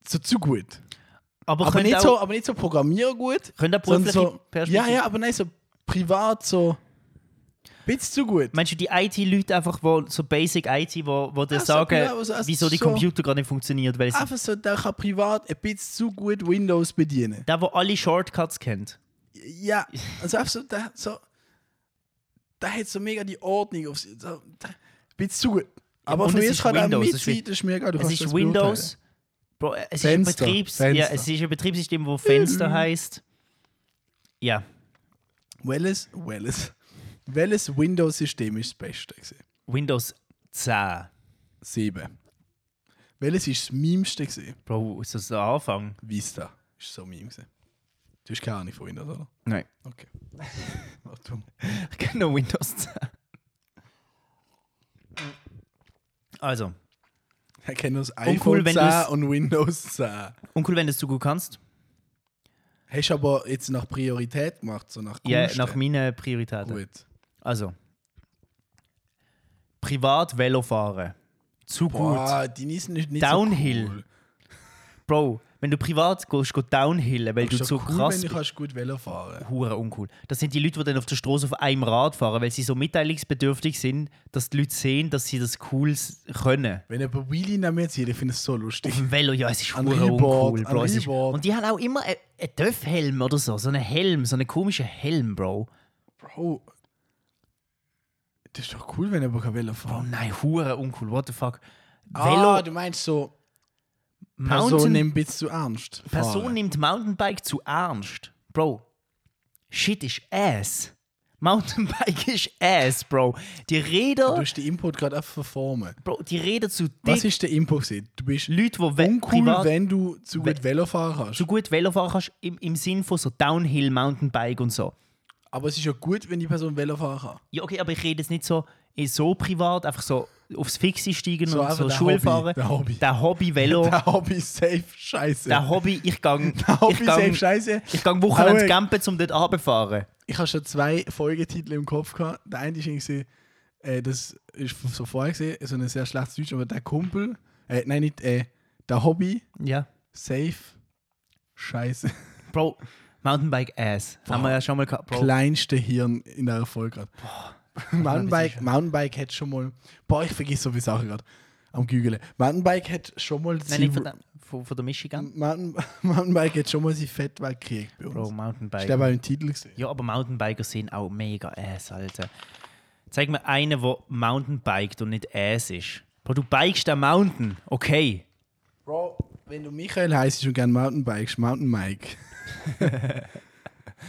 S1: So zu gut.
S2: Aber,
S1: Aber
S2: könnt
S1: nicht,
S2: auch,
S1: so, aber nicht so programmieren gut.
S2: Könnt
S1: sondern
S2: ihr berufliche
S1: so,
S2: Perspektive?
S1: Ja, ja, aber nein, so privat, so. Bisschen zu gut.
S2: Meinst du die IT-Leute einfach, wo, so Basic IT, wo, wo dir
S1: Ja, so
S2: sagen,
S1: genau, also- also
S2: wieso die
S1: so-
S2: Computer gar nicht funktioniert? Weil sie,
S1: Einfach so, der kann privat ein bisschen zu gut Windows bedienen.
S2: der, wo alle Shortcuts kennt.
S1: Ja, also einfach so, der, so, der hat so mega die Ordnung auf sich. So, der- ein bisschen zu gut. Aber
S2: und
S1: von
S2: es
S1: mir ist
S2: ist
S1: kann er
S2: Windows,
S1: mit
S2: es ist wie-
S1: sein, das ist mir egal. Du
S2: Es
S1: kannst
S2: ist
S1: das
S2: Windows. Bro, es, ist ein
S1: Fenster,
S2: Betriebs
S1: Fenster.
S2: Ja, es ist ein Betriebssystem, wo Fenster
S1: Mhm.
S2: heißt. Ja,
S1: beurteilen. Welches, welches, welches Windows-System ist das Beste? Gewesen?
S2: Windows 10.
S1: Sieben. Welches ist das Mimste? Gewesen?
S2: Bro, ist das der Anfang?
S1: Vista. Ist so Meme gewesen. Du hast keine Ahnung von Windows, oder?
S2: Nein.
S1: Okay. Ach, dumm.
S2: Ich kenne nur Windows 10. Also,
S1: Er kennt das
S2: cool,
S1: iPhone
S2: wenn
S1: 10
S2: du's-
S1: und Windows 10.
S2: uncool, wenn du es zu gut kannst.
S1: Hast du aber jetzt nach Priorität gemacht, so nach
S2: Ja,
S1: Gunsten.
S2: nach meinen Prioritäten.
S1: Gut.
S2: Also, privat Velo fahren. Zu gut.
S1: Boah, die Nissen ist nicht
S2: Downhill.
S1: so cool.
S2: Bro, wenn du privat gehst, gehst du downhillen, weil
S1: Ist
S2: du
S1: doch
S2: zu
S1: cool,
S2: krass
S1: wenn du
S2: bist.
S1: kannst gut Velo fahren
S2: Hure uncool. Das sind die Leute, die dann auf der Straße auf einem Rad fahren, weil sie so mitteilungsbedürftig sind, dass die Leute sehen, dass sie das Cooles können.
S1: Wenn ein Wheelie neben mir zieht, ich finde es so lustig.
S2: Im Velo, ja, es ist
S1: Ein
S2: hure
S1: Rennboard,
S2: uncool, Bro.
S1: ein
S2: Es ist,
S1: Rennboard.
S2: und die haben auch immer einen Töpfhelm oder so, so einen Helm, so einen komischen Helm, Bro.
S1: Bro, das ist doch cool, wenn jemand kann Velo
S2: Oh
S1: fahren
S2: nein, hure uncool, what the fuck.
S1: Ah,
S2: Velo,
S1: du meinst so, Person
S2: Mountain,
S1: nimmt ein bisschen zu ernst. fahren.
S2: Person nimmt Mountainbike zu ernst. Bro, shit ist ass. Mountainbike ist ass, Bro. Die
S1: Du
S2: Räder,
S1: hast den Input gerade einfach verformen.
S2: Bro, die Räder zu
S1: Was
S2: dick.
S1: ist der Input? gewesen? Du bist
S2: Leute, die we-
S1: uncool,
S2: privat
S1: wenn du zu
S2: We-
S1: gut Velo fahren kannst.
S2: so gut Velo fahren kannst, im, im Sinn von so Downhill, Mountainbike und so.
S1: Aber es ist ja gut, wenn die Person Velo fahren kann.
S2: Ja, okay, aber ich rede jetzt nicht so, eh, so privat, einfach so aufs Fixe steigen
S1: So
S2: und
S1: einfach
S2: so
S1: der
S2: Schule
S1: Hobby,
S2: fahren.
S1: der Hobby.
S2: Der Hobby Velo,
S1: Der Hobby ist safe scheiße.
S2: der Hobby, ich gang,
S1: Der
S2: ich
S1: Hobby ist safe
S2: gang,
S1: scheiße.
S2: ich gang Wochenende
S1: Aue.
S2: campen, um dort runterzufahren.
S1: Ich habe schon zwei Folgetitel im Kopf gehabt. Der eine ist irgendwie, äh, das ist f- so vorher gesehen, so ein sehr schlechtes Deutsch, aber der Kumpel, äh, nein, nicht, äh, der Hobby,
S2: Ja.
S1: safe scheiße.
S2: Bro, Mountainbike Ass, haben wir ja schon mal gehabt. Bro,
S1: Kleinste Hirn in der Folge gerade. Mountainbike, Mountainbike hat schon mal, boah, ich vergesse so viele Sachen gerade am Gügeln. Mountainbike hat schon mal
S2: Nein,
S1: sie-
S2: nicht von, der- von, von der Michigan.
S1: Mountain, Mountainbike hat schon mal seinen Fettweg gekriegt bei uns.
S2: Bro,
S1: Bro, ich
S2: Mountainbike.
S1: glaube auch im Titel gesehen.
S2: Ja, aber Mountainbiker sind auch mega ass, Alter. Zeig mir einen, der Mountainbikt und nicht ass ist. Bro, du bikest am Mountain, okay.
S1: Bro, wenn du Michael heißt und gerne Mountainbikes, Mountain Mike.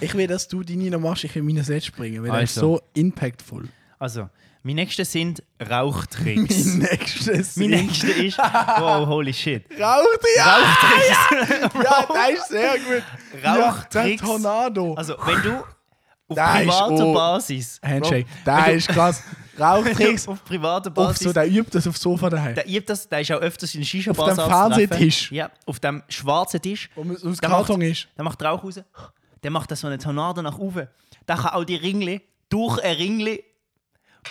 S1: ich will, dass du deine noch machst, ich will meine selbst springen, weil er ist
S2: Also.
S1: so impactful.
S2: Also, mein nächster sind
S1: Mein
S2: Rauchtricks.
S1: nächstes sind-
S2: mein nächster ist, wow, holy shit.
S1: Rauch dich ab!
S2: Rauchtricks.
S1: Ja, das ist sehr gut. Ja, der
S2: Rauchtricks.
S1: Tornado.
S2: also, wenn du auf
S1: Da ist-
S2: privater
S1: oh.
S2: Basis.
S1: Handshake,
S2: Bro, Also,
S1: da ist krass. Rauchtricks
S2: Tricks auf privater
S1: auf
S2: Basis.
S1: so, der übt das auf dem Sofa daheim.
S2: der, übt das, der ist auch öfters in den Shisha-Bars
S1: dem
S2: anzutreffen.
S1: Fernsehtisch.
S2: Ja, auf dem schwarzen Tisch.
S1: Wo man aus
S2: Der macht-
S1: Karton ist.
S2: Der macht Rauch raus, der macht da so einen Tornado nach oben. Der kann auch die Ringle durch ein Ringle,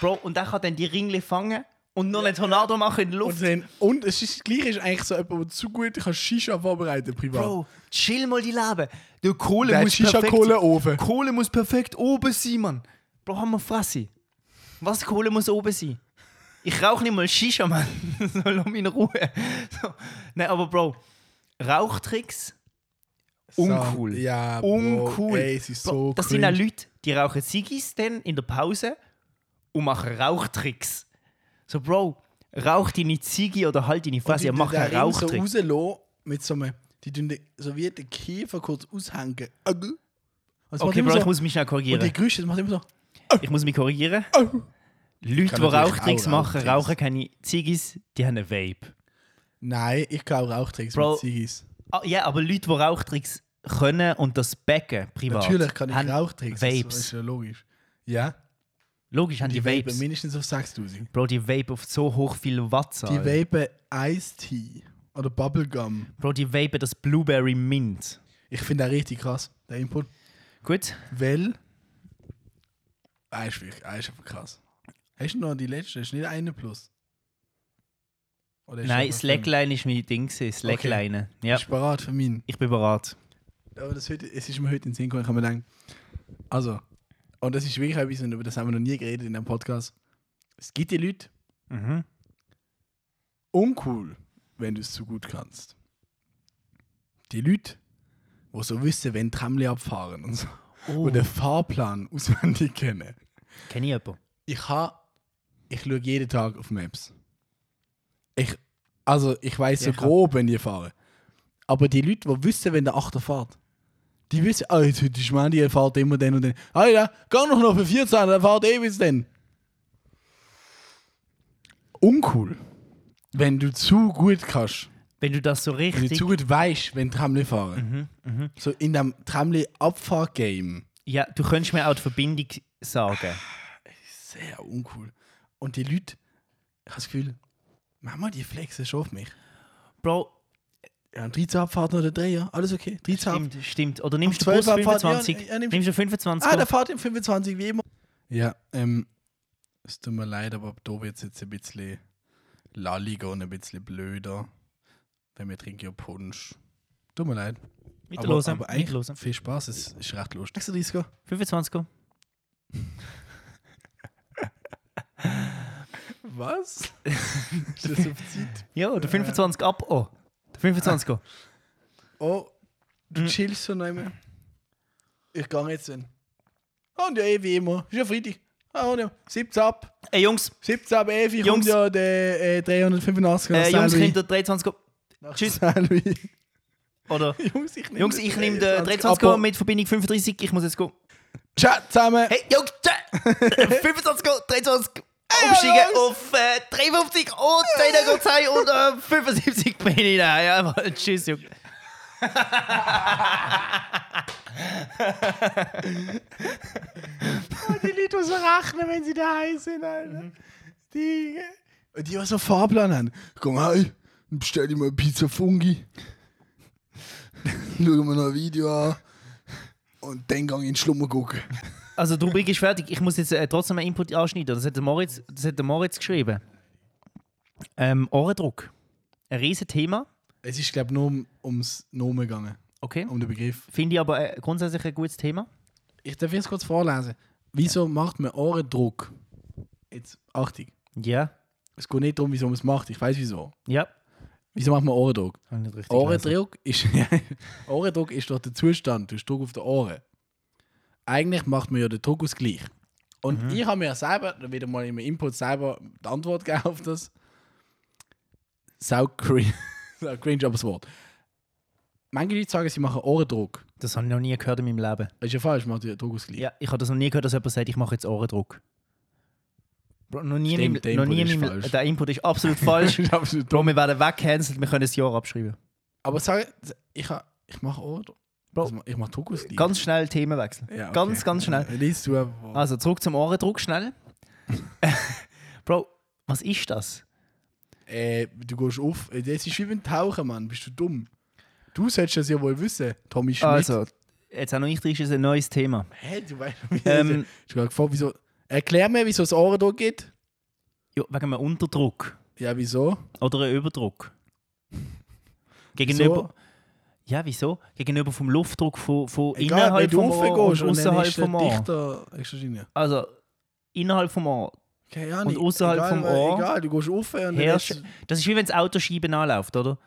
S2: Bro, und der kann dann die Ringle fangen und noch einen Tornado machen in der
S1: Und,
S2: Luft.
S1: sehen, und es ist gleich ist eigentlich so jemand, der zu gut kann Shisha vorbereiten privat.
S2: Bro, chill mal die Leben. Der Kohle
S1: Der hat
S2: muss perfekt
S1: Shisha-Kohle-Ofen.
S2: Kohle muss perfekt oben sein, Mann. Bro, haben wir Fresse. Was Kohle muss oben sein? Ich rauche nicht mal Shisha, Mann. so, lass mich in Ruhe. So. Nein, aber Bro, Rauchtricks, uncool.
S1: So, ja, Bro,
S2: uncool.
S1: Ey, es ist
S2: Bro,
S1: so
S2: das sind
S1: cringe.
S2: auch Leute, die rauchen Ziggis dann in der Pause und machen Rauchtricks. So, Bro, rauch deine Ziggy oder halt
S1: Und
S2: deine
S1: die
S2: Fresse,
S1: tun
S2: mach
S1: den
S2: einen
S1: Ring
S2: Rauchtrick.
S1: So rauslassen mit so einem, die tun den, so wie den Käfer kurz aushängen. Also es macht
S2: okay,
S1: immer
S2: Bro, ich
S1: so,
S2: muss mich schnell korrigieren.
S1: Und die Geräusche, das macht immer so.
S2: Ich muss mich korrigieren. Leute,
S1: Kann
S2: die
S1: natürlich
S2: Rauchtricks
S1: auch
S2: machen,
S1: Rauchtricks.
S2: rauchen keine Ziggis, die haben einen Vape.
S1: Nein, ich glaube Rauchtricks
S2: Bro,
S1: mit Ziggis.
S2: Ah, ja, aber Leute, die Rauchtricks können und das backen privat.
S1: Natürlich kann ich
S2: haben,
S1: Rauchtricks. Das
S2: Vapes.
S1: ist ja logisch. Ja,
S2: Logisch, haben die,
S1: vapen
S2: Vapes.
S1: mindestens auf 6000.
S2: Bro, die Vape auf so hoch viel Watt.
S1: Die vapen Ice-Tea oder Bubblegum.
S2: Bro, die Vape das Blueberry Mint.
S1: Ich finde den richtig krass, der Input.
S2: Gut.
S1: Weil. Ah, ist wirklich, ah, ist einfach krass. Hast du noch die letzte? Ist nicht eine plus. Oder ist
S2: Nein,
S1: noch was
S2: Slackline ist mein Ding. gewesen, Slackline.
S1: drin?
S2: Ja,
S1: Ist parat für mich.
S2: ich bin bereit.
S1: Aber das heute, es ist mir heute in den Sinn gekommen, ich habe mir gedacht, also, und das ist wirklich etwas, und über das haben wir noch nie geredet in einem Podcast. Es gibt die Leute,
S2: Mhm.
S1: uncool, wenn du es zu gut kannst. Die Leute, die so wissen, wenn Tramli abfahren und so.
S2: Oh,
S1: Und den Fahrplan auswendig kennen.
S2: kenne ich jemanden.
S1: Ich habe, ich schaue jeden Tag auf Maps. Ich, also ich weiß so
S2: ich hab-
S1: grob, wenn die fahren. Aber die Leute, die wissen, wenn der Achter fährt, die wissen, ah, jetzt heute ist Mandy, er fährt immer den und den. Ah ja, geh noch noch für 14, er fährt eh bis dann. Uncool. Wenn du zu gut kannst,
S2: Wenn du das so
S1: wenn du
S2: richtig. Mhm,
S1: zu gut weißt, wenn Tramli fahren. So in dem Tramli-Abfahr-Game.
S2: Ja, du könntest mir auch die Verbindung sagen.
S1: sehr uncool. Und die Leute, ich habe das Gefühl, Mama, die flexen schon auf mich.
S2: Bro,
S1: Ja, 13 Abfahrten oder 3, ja, alles okay. 13 Abfahrten.
S2: stimmt, stimmt. Oder nimmst du
S1: Auf 12
S2: Bus
S1: Abfahrt,
S2: 25?
S1: ja, ja, nimmst-
S2: nimmst du 25?
S1: Ah, der fährt im 25 wie immer. Ja, ähm, es tut mir leid, aber da wird es jetzt ein bisschen lalliger und ein bisschen blöder. Wenn wir trinken ja Punsch. Tut mir leid.
S2: mitlosen.
S1: aber eigentlich
S2: mitlosen.
S1: viel Spaß, es ist recht lustig. 36er.
S2: 25
S1: Was? ist das auf Zeit?
S2: Ja, oder 25 ab. Oh, der 25 go.
S1: Oh, du
S2: Hm.
S1: chillst so nicht mehr. Ich gehe jetzt hin. Ah, Und ja, eh wie immer. Ist ja Freitag. Ah, und ja. 17 ab.
S2: Ey, Jungs,
S1: 17 ab, eh, ich
S2: Jungs.
S1: kommt ja der äh, 385
S2: äh, Jungs,
S1: Saint-Louis.
S2: nimmt der 23 go.
S1: Nach
S2: tschüss.
S1: Saint-Louis.
S2: Oder,
S1: Jungs, ich nehme
S2: Jungs, ich nehme den 23 go
S1: Aber-
S2: mit Verbindung 35. Ich muss jetzt go.
S1: Ciao zusammen.
S2: Hey, Jungs, tschä. 25 go, 23
S1: Hey,
S2: Umsteigen
S1: Jungs.
S2: auf äh, 53 und 2 und äh, 75 bin ich da. Ja, Mann. tschüss, Jungs.
S1: Die Leute, die so rechnen, wenn sie daheim sind,
S2: Mhm.
S1: Alter. Die, äh, die, die so Fahrplan haben. Komm, hey, bestell dir mal eine Pizza Fungi. Schauen wir noch ein Video an. Und dann gehe ich in den Schlummer gucken.
S2: Also die Rubrik ist fertig. Ich muss jetzt äh, trotzdem einen Input anschneiden. Das hat der Moritz, das hat der Moritz geschrieben. Ähm, Ohrendruck. Ein riesen Thema.
S1: Es ist, glaube ich, nur um, ums Nomen gegangen,
S2: Okay.
S1: um den Begriff.
S2: Finde ich aber äh, grundsätzlich ein gutes Thema.
S1: Ich darf jetzt kurz vorlesen. Wieso macht man Ohrendruck? Jetzt, Achtung.
S2: Ja.
S1: Es geht nicht darum, wieso man es macht. Ich weiß wieso.
S2: Ja.
S1: Wieso macht man Ohrendruck?
S2: Habe ich nicht richtig gelesen.
S1: Ohrendruck ist, Ohrendruck ist doch der Zustand, du hast Druck auf die Ohren. Eigentlich macht man ja den Druck aus gleich. Und ich habe mir ja selber, wieder mal im Input selber die Antwort gegeben auf das. Sau cringe, Sau cringe aber das Wort. Manche Leute sagen, sie machen Ohrendruck.
S2: Das habe ich noch nie gehört in meinem Leben.
S1: Das ist ja falsch, man macht den Druck aus gleich.
S2: Ja, ich habe das noch nie gehört, dass jemand sagt, ich mache jetzt Ohrendruck. Bro, noch nie in meinem-
S1: Stimmt, der
S2: noch nie
S1: Input
S2: in
S1: ist
S2: meinem-
S1: falsch.
S2: Der Input ist absolut falsch.
S1: ist absolut
S2: Bro, wir werden wegcancelt, wir können das Jahr abschreiben.
S1: Aber sag, ich, ha- ich mache Ohrendruck.
S2: Bro.
S1: Also, ich mache Druckus
S2: Ganz schnell Themenwechsel. Ganz, ganz schnell.
S1: Liest du einfach.
S2: Also zurück zum Ohrendruck schnell. Bro, was ist das?
S1: Äh, du gehst auf. Das ist wie beim Tauchen, Mann. Bist du dumm? Du solltest das ja wohl wissen, Tommy Schmidt.
S2: Also, jetzt auch noch nicht, ist es ein neues Thema.
S1: Hä, du weißt wie
S2: Ähm.
S1: Ich habe gefragt, wieso. Erklär mir, wieso das Ohrendruck geht.
S2: Ja, wegen einem Unterdruck
S1: Ja, wieso?
S2: oder einem Überdruck. Gegenüber.
S1: Wieso?
S2: Ja, wieso? Gegenüber vom Luftdruck von, von
S1: Egal, wenn
S2: innerhalb
S1: du
S2: vom Ohr und
S1: aufgehst und dann
S2: außerhalb
S1: ist
S2: vom
S1: der
S2: Ohr.
S1: dichter. Ist wahrscheinlich.
S2: Also, innerhalb vom Ohr.
S1: Keine Ahnung.
S2: Und außerhalb
S1: egal,
S2: vom
S1: weil-
S2: Ohr
S1: Egal, du gehst auf und dann
S2: Herrscht.
S1: ist-
S2: Das ist wie wenn das Auto Scheiben anläuft, oder?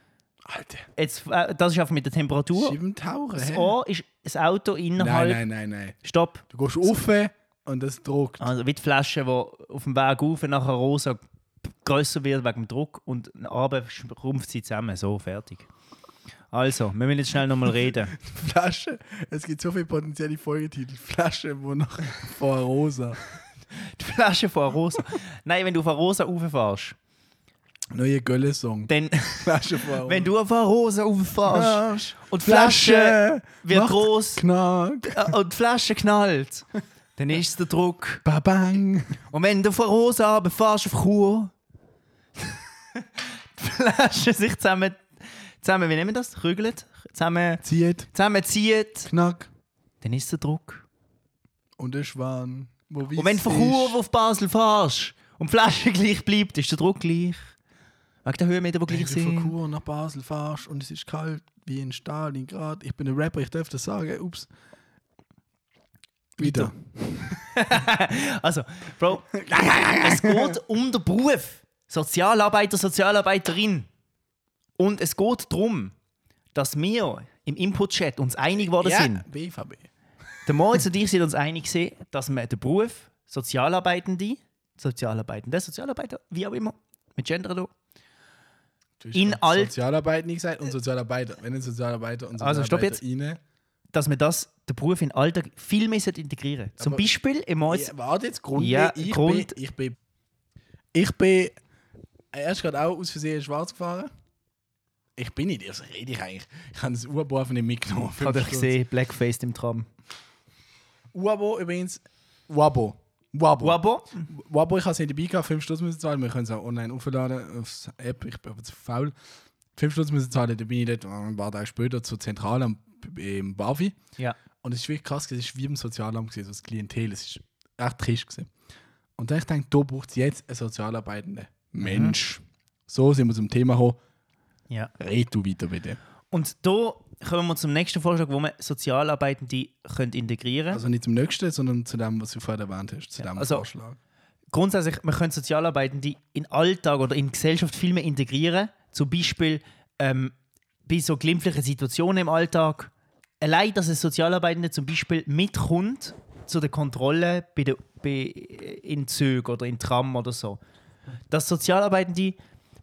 S1: Alter,
S2: Jetzt, äh, das ist einfach mit der Temperatur.
S1: sieben Tauchen.
S2: Das
S1: hä?
S2: Ohr ist das Auto
S1: Nein,
S2: innerhalb.
S1: nein, nein, nein.
S2: Stopp.
S1: Du gehst auf und das druckt.
S2: Also wie die Flasche, die auf dem Weg auf und nachher rosa größer wird wegen dem Druck und abends schrumpft sie zusammen. So, fertig. Also, wir müssen jetzt schnell nochmal reden.
S1: Flasche. Es gibt so viele potenzielle Folgetitel. Flasche, wo noch vor Rosa.
S2: Die Flasche von Rosa. Nein, wenn du von Rosa rauffährst,
S1: Neue Gölle-Song.
S2: dann,
S1: Flasche vor Rosa.
S2: wenn du von Rosa rauffährst
S1: Arsch.
S2: und die Flasche wird
S1: macht
S2: groß
S1: Knack.
S2: äh, und die Flasche knallt, dann ist der Druck.
S1: Babang.
S2: Und wenn du von Rosa runterfährst auf Chur, die Flasche sich zusammen, zusammen, wie nennen wir das? Krügelt? Zusammen...
S1: Zieht.
S2: zusammenzieht,
S1: Knack.
S2: dann ist der Druck.
S1: Und der Schwan. Wo
S2: Und wenn du von Chur auf Basel fährst und die Flasche gleich bleibt, ist der Druck gleich. Wegen der Höhenmeter, die
S1: Wenn du
S2: gleich
S1: von
S2: sind.
S1: Chur nach Basel fährst und es ist kalt wie in Stalingrad. Ich bin ein Rapper, ich darf das sagen. Ups. Wieder.
S2: Also, Bro, es geht um den Beruf. Sozialarbeiter, Sozialarbeiterin. Und es geht darum, dass wir im Input-Chat uns einig geworden sind.
S1: BVB.
S2: Der Moritz und ich sind uns einig gewesen, dass wir den Beruf Sozialarbeitende, Sozialarbeitende, Sozialarbeiter, wie auch immer, mit Gender da.
S1: Du hast
S2: In
S1: gerade
S2: all-
S1: Sozialarbeit nicht gesagt und Sozialarbeiter. Wenn ein Sozialarbeiter und
S2: Also, stopp jetzt.
S1: Sozialarbeiterinnen-
S2: dass wir das, den Beruf in den Alltag viel mehr sollte integrieren Zum
S1: Aber-
S2: Beispiel im Moritz,
S1: Ja, warte jetzt, Grund.
S2: Ja,
S1: ich,
S2: Grund-
S1: Bin, ich bin. Ich bin. Erst gerade auch aus Versehen schwarz gefahren. Ich bin nicht, das rede ich eigentlich. Ich habe das U-Abo einfach nicht mitgenommen.
S2: ich habe
S1: Fünf
S2: dich
S1: Stunden.
S2: gesehen, Blackface im Tram.
S1: U-Abo übrigens. U-Abo. U-Abo.
S2: Wabo?
S1: U-Abo, ich habe es nicht dabei gehabt. Fünf Stunden müssen zahlen. Wir können es auch online aufladen aufs App. Ich bin aber zu faul. Fünf Stunden müssen zahlen. Da bin ich dort äh, ein paar Tage später zur Zentrale am, im Bavi.
S2: Ja.
S1: Und es ist wirklich krass, gewesen, es ist wie im Sozialamt, gewesen, so das Klientel, es ist echt trist. Gewesen. Und dann habe ich gedacht, da braucht es jetzt einen sozialarbeitenden
S2: Mhm.
S1: Mensch. So sind wir zum Thema gekommen.
S2: ja.
S1: Red du weiter bitte.
S2: Und da kommen wir zum nächsten Vorschlag, wo man Sozialarbeitende können integrieren
S1: Also nicht zum nächsten, sondern zu dem, was du vorher erwähnt hast, zu dem
S2: also-
S1: Vorschlag.
S2: grundsätzlich, man könnte Sozialarbeitende in den Alltag oder in die Gesellschaft viel mehr integrieren. Zum Beispiel ähm, bei so glimpflichen Situationen im Alltag. Allein, dass ein Sozialarbeitende zum Beispiel mitkommt zu der Kontrolle bei der, bei, äh, in Zügen oder in Tram oder so. Dass Sozialarbeitende,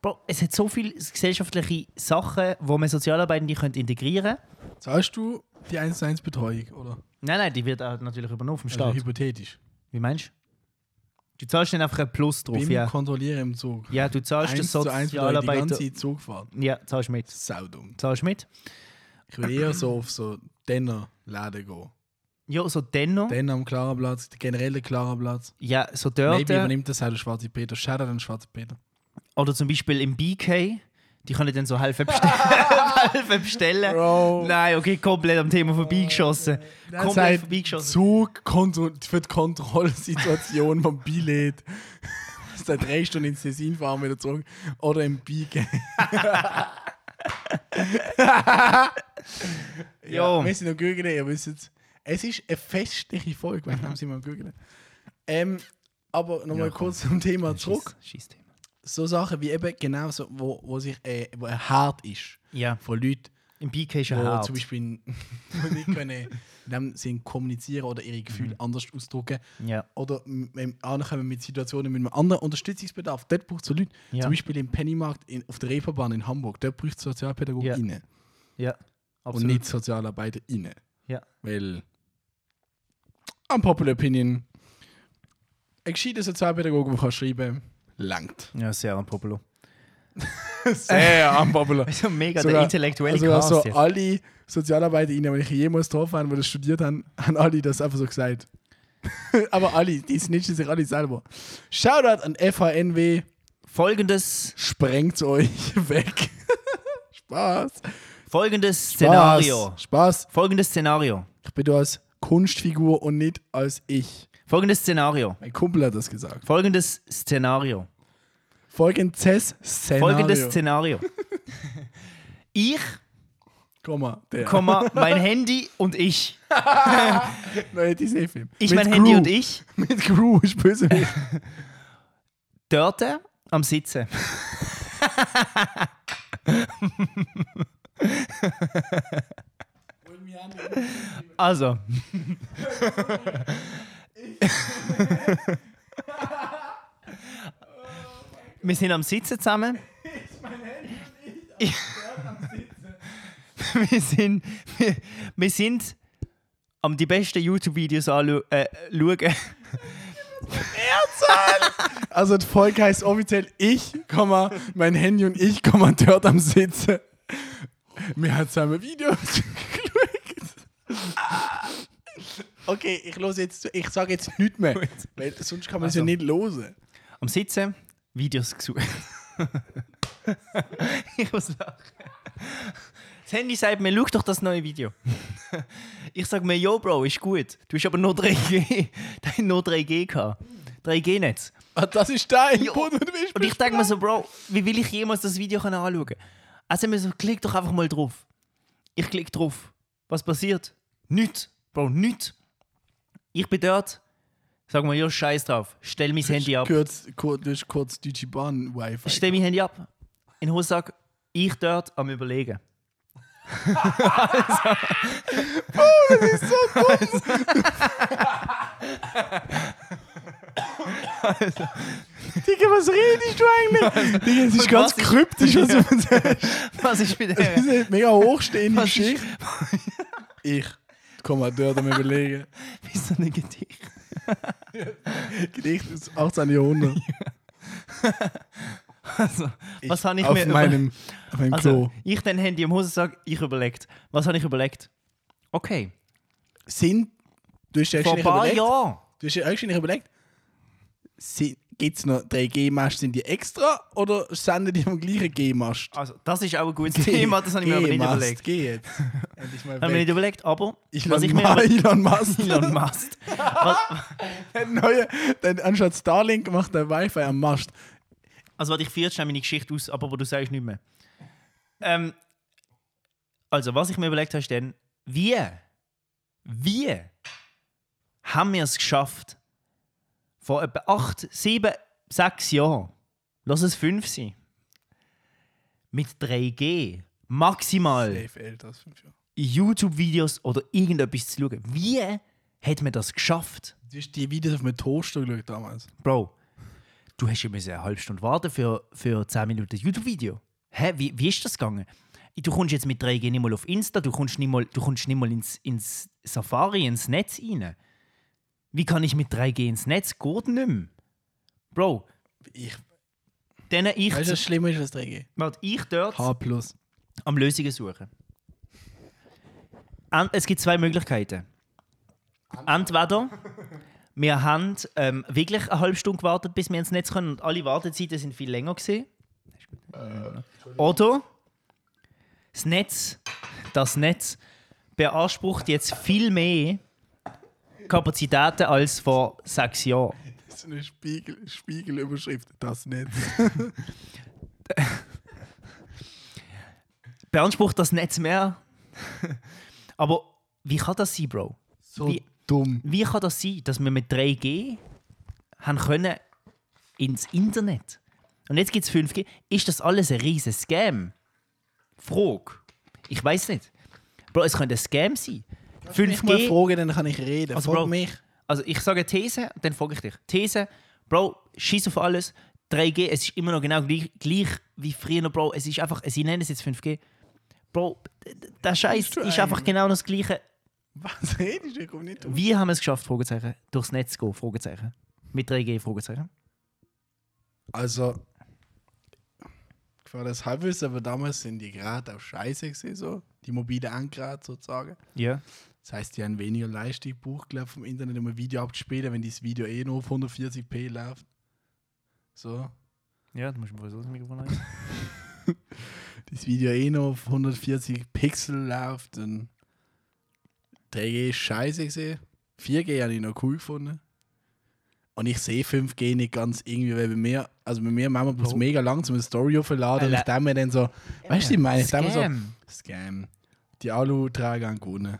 S2: Bro, es hat so viele gesellschaftliche Sachen, wo man Sozialarbeitende könnte integrieren könnte.
S1: Zahlst du die 1 zu 1 Betreuung, oder?
S2: Nein, nein, die wird auch natürlich übernommen vom
S1: Also
S2: Staat.
S1: hypothetisch.
S2: Wie meinst du? Du zahlst dann einfach ein Plus drauf,
S1: Beim
S2: ja.
S1: Kontrollieren im Zug.
S2: Ja, du zahlst
S1: 1
S2: das
S1: zu 1 Betreuung, die ganze
S2: Sozialarbeiter.
S1: Zeit Zug fahren.
S2: Ja, zahlst mit.
S1: Saudumm.
S2: Zahlst mit.
S1: Ich will eher so auf so Denner-Läden gehen.
S2: Ja, so dennoch.
S1: Denner am Klarenplatz, generell Klarenplatz.
S2: Ja, so
S1: Maybe
S2: dort.
S1: übernimmt das auch der Schwarze Peter. Shoutout an den Schwarzen Peter.
S2: Oder zum Beispiel im BK. Die können dann so helfen bestellen. helfen bestellen.
S1: Bro.
S2: Nein, okay, komplett am Thema vorbeigeschossen. Komplett vorbeigeschossen.
S1: Zug kontro- für die Kontrollsituation vom Billett. Seit drei Stunden ins Tessin fahren wieder zurück. Oder im Biegen.
S2: Jo.
S1: Wir sind am Googeln, ihr wisst es. Es ist eine festliche Folge, weil haben sie mal am Googeln. Ähm, aber nochmal kurz zum Thema zurück.
S2: Scheiß Thema.
S1: So Sachen wie eben genau so, wo, wo sich äh, wo ein hart ist
S2: Ja,
S1: von Leuten,
S2: im BK ist ja
S1: wo
S2: hart.
S1: zum Beispiel die nicht können in dem Sinn kommunizieren oder ihre Gefühle anders ausdrücken
S2: Ja.
S1: oder m- m- ankommen mit Situationen mit einem anderen Unterstützungsbedarf. Dort braucht es so Leute.
S2: Ja.
S1: Zum Beispiel im Pennymarkt in, auf der Reeperbahn in Hamburg. Dort braucht es SozialpädagogInnen
S2: Ja.
S1: und nicht SozialarbeiterInnen.
S2: Ja.
S1: Weil, unpopular opinion, ein gescheiter Sozialpädagoge, der kann schreiben langt.
S2: Ja, sehr unpopular.
S1: Sehr unpopular.
S2: Also mega
S1: Sogar-
S2: der intellektuelle
S1: also, also
S2: Cast jetzt.
S1: alle SozialarbeiterInnen, die ich jemals getroffen habe, die das studiert haben, haben alle das einfach so gesagt. Aber alle, die snitchen sich alle selber. Shoutout an FHNW,
S2: Folgendes,
S1: sprengt euch weg. Spaß.
S2: folgendes Szenario.
S1: Spaß. Spaß.
S2: Folgendes Szenario.
S1: Ich bin da als Kunstfigur und nicht als ich.
S2: Folgendes Szenario.
S1: Mein Kumpel hat das gesagt.
S2: Folgendes Szenario.
S1: Folgendes Szenario.
S2: Folgendes Szenario. Ich,
S1: Komma, der
S2: Komma, mein Handy und ich.
S1: neue Disney-Film.
S2: Ich,
S1: Mit
S2: mein Handy
S1: Gru.
S2: und ich.
S1: Mit Crew, ich böse mich.
S2: Dort am Sitzen. Also. Wir sind am Sitzen zusammen. wir sind, wir, wir sind am die besten YouTube-Videos anschauen. Äh, schauen.
S1: Also die Folge heißt offiziell ich, Komma, mein Handy und ich, Komma, dort am Sitzen. Mir hat zusammen Videos geschaut. Okay, ich los jetzt, ich sage jetzt nichts mehr, weil sonst kann man es ja
S2: Also.
S1: nicht losen.
S2: am Sitzen Videos gesucht. ich muss lachen. Das Handy sagt mir, schau doch das neue Video. Ich sage mir, yo Bro, ist gut. Du hast aber nur 3G. Dein nur 3G gehabt. 3G-Netz.
S1: Ah, das ist dein Input und du willst
S2: Und ich denke mir so, Bro, wie will ich jemals das Video können anschauen können? Also mir so, klick doch einfach mal drauf. Ich klicke drauf. Was passiert? Nichts. Bro, nichts. Ich bin dort, sag mal, ja, scheiß drauf, stell mein Handy ab.
S1: Kurz, kurz, du hast kurz Deutsche Bahn Wi-Fi.
S2: Stell mein Handy ab. In den Hosensack, ich dort am Überlegen.
S1: Digga, was redest du eigentlich? Digga, es ist
S2: Und
S1: ganz
S2: was ist-
S1: kryptisch, was du uns
S2: Was ist mit
S1: Das ist
S2: dem?
S1: eine mega hochstehende
S2: Was ist-
S1: Geschichte. Ich. Komm mal dort am überlegen.
S2: Bist du nicht Gedicht?
S1: Gedicht des 18. Jahrhunderts.
S2: Also, was habe ich
S1: auf
S2: mir über-
S1: meinem, auf meinem
S2: Also,
S1: Klo.
S2: ich dann Handy im Hosensack, ich überlegt. Was habe ich überlegt? Okay,
S1: Sind, du hast dir
S2: vor ein
S1: eigentlich
S2: paar
S1: überlegt,
S2: Jahren.
S1: du hast dir eigentlich überlegt gibt es noch 3G-Mast, sind die extra oder senden die am gleichen G-Mast?
S2: Also, das ist auch ein gutes Thema, das habe ich mir aber nicht
S1: G-Mast,
S2: überlegt.
S1: Geh jetzt. Endlich mal
S2: Haben wir nicht
S1: weg.
S2: überlegt, aber
S1: Elon,
S2: was ich mir
S1: Ma-
S2: überlegt
S1: Elon Musk.
S2: Elon Musk. Was,
S1: Der neue, der, anstatt Starlink macht der Wi-Fi am Mast.
S2: Also, warte, ich führe jetzt schnell meine Geschichte aus, aber du sagst nicht mehr. Ähm, also, was ich mir überlegt habe, ist dann, wie, wie haben wir es geschafft, vor etwa acht, sieben, sechs Jahren, lass es fünf sein, mit 3G maximal
S1: Safe älter als fünf Jahre.
S2: YouTube-Videos oder irgendetwas zu schauen. Wie hat man das geschafft?
S1: Du hast die Videos auf meinem Toaster geschaut damals.
S2: Bro, du hast ja müssen eine halbe Stunde warten für, für 10 Minuten YouTube-Video. Hä? Wie, wie ist das gegangen? Du kommst jetzt mit 3G nicht mal auf Insta, du kommst nicht mal, du kommst nicht mal ins, ins Safari, ins Netz rein. Wie kann ich mit 3G ins Netz? Geht nicht mehr. Bro,
S1: Ich,
S2: dann ich,
S1: weißt du, was schlimmer ist als 3G?
S2: warte, ich dort
S1: H plus.
S2: am Lösungen suchen. Ent- es gibt zwei Möglichkeiten. Entweder wir haben ähm, wirklich eine halbe Stunde gewartet, bis wir ins Netz können und alle Wartezeiten sind viel länger gewesen. Oder das Netz, das Netz beansprucht jetzt viel mehr Kapazitäten als vor sechs Jahren.
S1: Das ist eine Spiegel, Spiegelüberschrift. Das nicht.
S2: Beansprucht das Netz mehr? Aber wie kann das sein, Bro?
S1: So
S2: Wie-
S1: dumm.
S2: Wie kann das sein, dass wir mit 3G haben können ins Internet? Und jetzt gibt es 5G. Ist das alles ein riesen Scam? Frage. Ich weiß nicht. Bro, es könnte ein Scam sein.
S1: Wenn ich mal
S2: 5G.
S1: frage, dann kann ich reden.
S2: Also,
S1: Frag
S2: Bro-
S1: mich.
S2: Also ich sage These, dann frage ich dich. These, Bro, schieß auf alles. 3G, es ist immer noch genau gleich, gleich wie früher, Bro. Es ist einfach, sie nennen es jetzt 5G. Bro, d- d- der Scheiß
S1: du
S2: ist einfach
S1: eigentlich?
S2: genau das Gleiche.
S1: Was redest du? Ich komme nicht drauf.
S2: Wie haben wir es geschafft, Fragezeichen, durchs Netz zu gehen, Fragezeichen. Mit 3G, Fragezeichen.
S1: Also, für das Halbwissen, aber damals sind die gerade auf Scheiße gesehen, so. Die mobile Angrad sozusagen.
S2: Ja.
S1: Das heißt, die haben weniger Leistung gebraucht, glaub, vom Internet, um ein Video abzuspielen, wenn dieses Video eh nur auf 140p läuft. So.
S2: Ja, du musst mir sowieso das Mikrofon
S1: das Video eh noch auf 140 Pixel läuft und 3G ist scheiße gesehen. 4G habe ich noch cool gefunden. Und ich sehe 5G nicht ganz irgendwie, weil bei mir, also bei mir machen wir
S2: Oh.
S1: bloß mega lang zum eine Story aufladen und ich
S2: Alter.
S1: denke mir dann so, weißt du, ich meine, ich denke mir so,
S2: Scam.
S1: Scam. Die Alu-Trager haben gewonnen.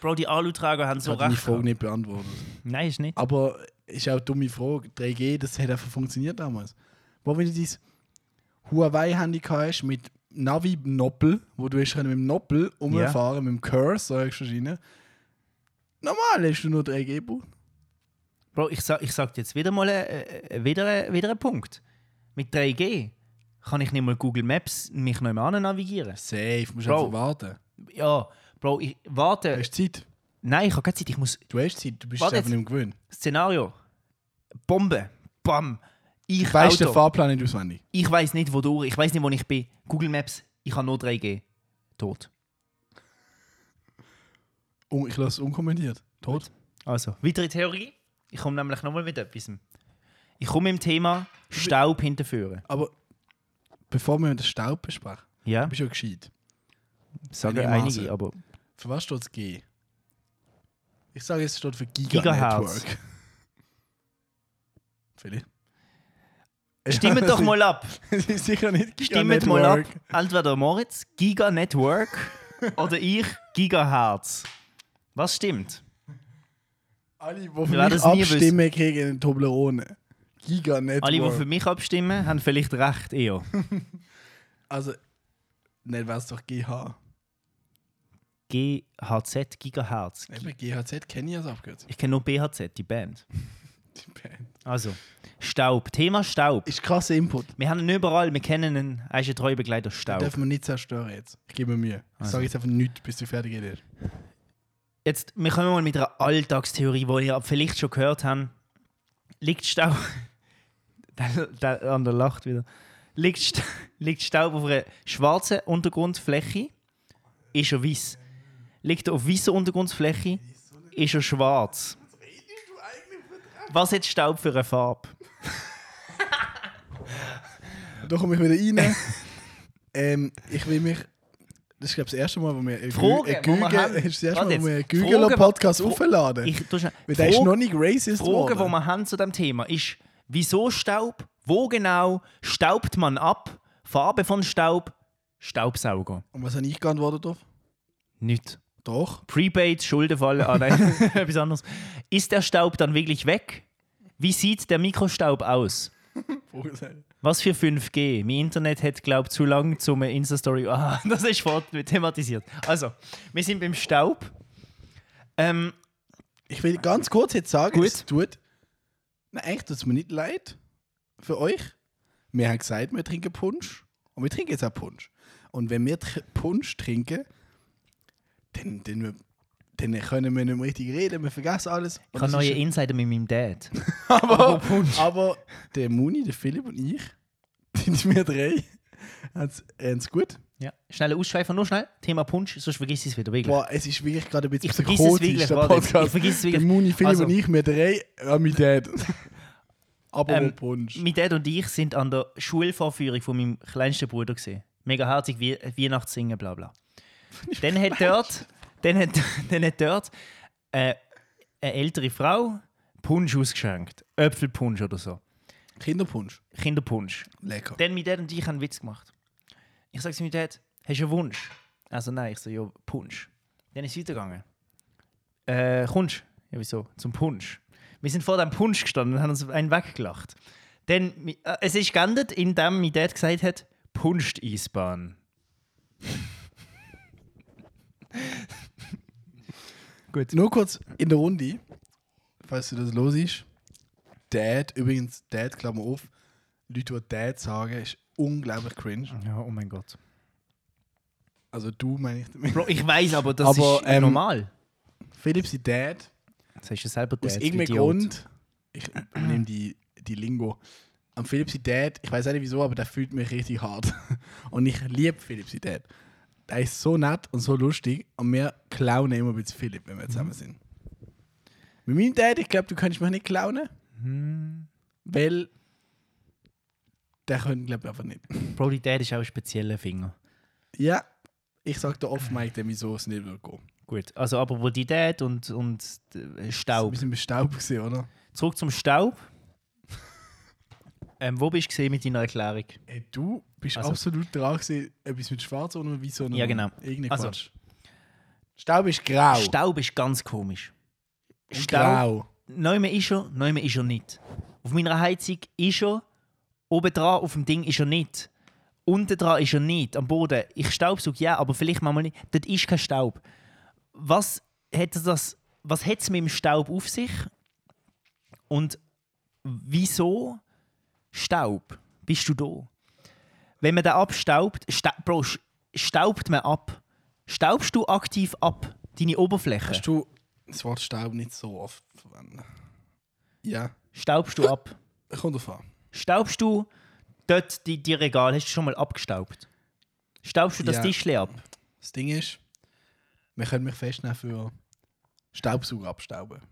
S2: Bro, die Alutrager haben so
S1: So hat die
S2: recht.
S1: Frage nicht beantwortet.
S2: gehabt. Nein, ist nicht.
S1: Aber ist auch eine dumme Frage. 3G, das hat einfach funktioniert damals. Wo wenn du dieses Huawei-Handy gehabt hast mit Navi-Noppel, wo du hast können mit dem Noppel umfahren mit dem Curse, sagst du rein. Normal hast du nur 3G gebraucht.
S2: Bro, ich sag, ich sag dir jetzt wieder mal äh, äh, wieder, äh, wieder einen Punkt. Mit 3G kann ich nicht mal Google Maps mich noch mal navigieren.
S1: Safe, musst
S2: Bro.
S1: einfach warten.
S2: Ja, Bro, ich
S1: Du
S2: warte.
S1: hast Zeit.
S2: Nein, ich habe keine Zeit. Ich muss
S1: Du hast Zeit, du bist
S2: Warte
S1: es einfach
S2: jetzt.
S1: nicht mehr gewöhnt.
S2: Szenario. Bombe. Bam. Ich
S1: Du weißt den
S2: Auto.
S1: Fahrplan nicht auswendig.
S2: Ich weiß nicht, wo du, ich weiß nicht, wo ich bin. Google Maps, ich habe nur 3G. Tot.
S1: Um, ich lasse es unkommentiert. Tot.
S2: Also, weitere Theorie. Ich komme nämlich nochmal mit etwas. Ich komme im Thema Staub hinterführen.
S1: Aber bevor wir den Staub besprechen,
S2: Ja,
S1: bist du ja gescheit.
S2: sagen
S1: einigermaßen.
S2: einige, aber
S1: Für was steht das G? Ich sage, es steht für Giga
S2: Gigahertz.
S1: Network. Philipp?
S2: Äh, stimmt doch mal ab.
S1: Es ist sicher nicht Giga
S2: Stimmt
S1: Network.
S2: mal ab. Entweder Moritz, Giga Network oder ich, Gigahertz. Was stimmt?
S1: Alle, die für mich
S2: werden es nie
S1: abstimmen, kriegen einen Toblerone. Giga Network.
S2: Alle, die für mich abstimmen, haben vielleicht recht, eher.
S1: also, nicht wäre es doch GH.
S2: GHZ, Gigahertz.
S1: Eben, GHZ kenne ich als Abkürzung.
S2: Ich kenne nur BHZ, die Band.
S1: Die Band.
S2: Also, Staub. Thema Staub.
S1: Ist krasser Input.
S2: Wir haben ihn überall, wir kennen ihn. Er ist ein treuer Begleiter
S1: Den
S2: Staub.
S1: dürfen wir nicht zerstören jetzt. Ich gebe mir Mühe. Ich
S2: Also.
S1: sage jetzt einfach nichts, bis du fertig bist.
S2: Jetzt, wir kommen mal mit einer Alltagstheorie, die ihr vielleicht schon gehört habt. Liegt Staub. der, der andere lacht wieder. Liegt, Sta- liegt Staub auf einer schwarzen Untergrundfläche, ist er weiß. Liegt er auf weißer Untergrundfläche, ist er schwarz. Was hat Staub für eine Farbe?
S1: Da komme ich wieder rein. ähm, ich will mich. Das ist, glaube ich, das erste Mal, wo wir einen
S2: Fragen,
S1: Gü- einen Gügel-
S2: die wir haben.
S1: das ist das erste
S2: Warte
S1: Mal, wo wir einen
S2: jetzt. Fragen,
S1: Gügel-Podcast
S2: wo-
S1: aufladen.
S2: Ich, du hast
S1: Weil der ist
S2: Frage-
S1: noch nicht racist
S2: Fragen, die
S1: worden.
S2: wir haben zu dem Thema, ist, wieso Staub? Wo genau staubt man ab? Farbe von Staub? Staubsauger.
S1: Und was habe ich geantwortet drauf?
S2: Nicht.
S1: Doch.
S2: Prepaid, Schuldenfall, ah nein, etwas anderes. Ist der Staub dann wirklich weg? Wie sieht der Mikrostaub aus? Was für 5G? Mein Internet hat, glaube ich, zu lang zum Insta-Story. Ah, das ist fort thematisiert. Also, wir sind beim Staub. Ähm,
S1: Ich will ganz kurz jetzt sagen,
S2: Gut.
S1: es tut. Nein, eigentlich tut es mir nicht leid. Für euch. Wir haben gesagt, wir trinken Punsch. Und wir trinken jetzt auch Punsch. Und wenn wir tr Punsch trinken, dann, dann, dann können wir nicht mehr richtig reden, wir vergessen alles. Und
S2: ich habe
S1: das
S2: neue
S1: ist-
S2: Insider mit meinem Dad.
S1: aber, aber der Muni, der Philipp und ich, sind wir drei, haben es gut.
S2: Ja. Schnell ausschweifen, nur schnell. Thema Punsch, sonst vergiss ich es wieder. Wirklich.
S1: Boah, es ist wirklich gerade ein bisschen
S2: Ich vergiss es wirklich,
S1: der
S2: warte, ich-
S1: Podcast.
S2: ich vergiss es wirklich.
S1: Der Muni, Philipp
S2: Also-
S1: und ich, wir drei, ja, mein Dad. aber
S2: Ähm,
S1: ähm, Punsch.
S2: Mein Dad und ich sind an der Schulvorführung von meinem kleinsten Bruder gesehen. Mega herzig, wie Weihnachtssingen, bla bla. Dann hat dort, dann hat, dann hat dort äh, eine ältere Frau Punsch ausgeschenkt. Äpfelpunsch oder so.
S1: Kinderpunsch.
S2: Kinderpunsch.
S1: Lecker.
S2: Dann mein Dad und ich haben einen Witz gemacht. Ich sage zu meinem Dad, hast du einen Wunsch? Also nein, ich so, ja, Punsch. Dann ist es weitergegangen. Äh, kommst du? Ja, wieso? Zum Punsch. Wir sind vor dem Punsch gestanden und haben uns einen weggelacht. Dann, mi- äh, es ist geendet, indem mein Dad gesagt hat, Punsch die Eisbahn.
S1: Nur kurz in der Runde, falls du das los ist. Dad, übrigens, Dad, Klammer auf. Leute, die Dad sagen, ist unglaublich cringe.
S2: Ja, oh mein Gott.
S1: Also du, meine ich damit.
S2: Bro, ich weiß aber, das
S1: Aber,
S2: ist
S1: ähm,
S2: normal.
S1: Philipp, sie Dad.
S2: Das hast du selber
S1: Aus
S2: Dad,
S1: irgendeinem
S2: Idiot.
S1: Grund, ich nehme die, die Lingo. Am Philipp sein Dad, ich weiß auch nicht wieso, aber der fühlt mich richtig hart. Und ich liebe Philipp sein Dad. Der ist so nett und so lustig und wir klauen immer ein bisschen Philipp, wenn wir zusammen sind. Mit meinem Dad, ich glaube, du könntest mich nicht klauen, weil der könnte, glaube ich, einfach nicht.
S2: Bro, die Dad ist auch ein spezieller Finger.
S1: Ja, ich sage dir oft, Mike, dem wieso es nicht wird gehen.
S2: Gut, also aber wo die Dad und, und äh,
S1: Das ist ein
S2: Staub.
S1: bisschen bestaubt gewesen, oder?
S2: Zurück zum Staub. Ähm, wo bist du gesehen mit deiner Erklärung?
S1: Ey, du bist
S2: Also-
S1: absolut dran gewesen, etwas mit Schwarz oder Weiß oder
S2: Ja, genau.
S1: irgendein
S2: Also-
S1: Quatsch. Staub ist grau.
S2: Staub ist ganz komisch.
S1: Und
S2: Staub,
S1: grau.
S2: neume ist er, neume ist er nicht. Auf meiner Heizung ist er, oben dran auf dem Ding ist er nicht. Unten dran ist er nicht, am Boden. Ich staubsauge, ja, aber vielleicht manchmal nicht. Dort ist kein Staub. Was hat das, was hat es mit dem Staub auf sich? Und wieso Staub? Bist du da? Wenn man den abstaubt, sta Bro, sch- staubt man ab. Staubst du aktiv ab, deine Oberfläche?
S1: Hast du das Wort Staub nicht so oft verwenden? Ja,
S2: Staubst du ab?
S1: kommt drauf an.
S2: Staubst du dort die, die Regal, hast du schon mal abgestaubt? Staubst du das
S1: Ja.
S2: Tischchen ab?
S1: Das Ding ist, wir können mich festnehmen für Staubsauger abstauben.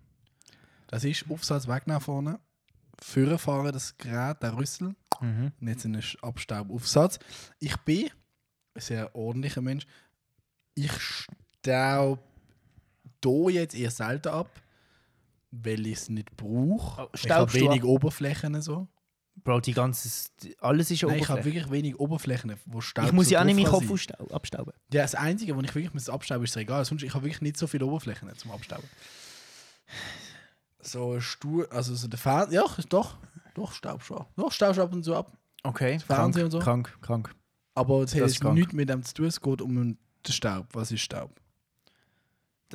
S1: Das ist Aufsatz weg nach vorne, führen fahren das Gerät, der Rüssel,
S2: Mhm.
S1: und jetzt in den Sch- Abstaubaufsatz. Ich bin ein sehr ordentlicher Mensch. Ich staub hier jetzt eher selten ab, weil ich es nicht brauche.
S2: Oh,
S1: ich habe
S2: staubst du
S1: wenig
S2: ab?
S1: Oberflächen und so.
S2: Bro, die ganze, die- alles ist eine
S1: Nein, ich habe
S2: Oberfläche.
S1: wirklich wenig Oberflächen, wo Staub
S2: Ich, muss
S1: so
S2: ja auch nicht
S1: drauf kann
S2: meinen Kopf
S1: sein.
S2: ausstau- abstauben.
S1: Ja, das Einzige, wo ich wirklich muss abstauben, ist das Regal. Sonst ich habe wirklich nicht so viele Oberflächen zum Abstauben. so ein Stuhl, also so der Fernseher, ja, doch, doch, staubst du ab. Doch, staubst du ab und zu ab.
S2: Okay, krank,
S1: Fernsehen und so.
S2: krank, krank.
S1: Aber es
S2: Das ist
S1: hat
S2: krank.
S1: nichts mit dem zu tun, es geht um den Staub. Was ist Staub?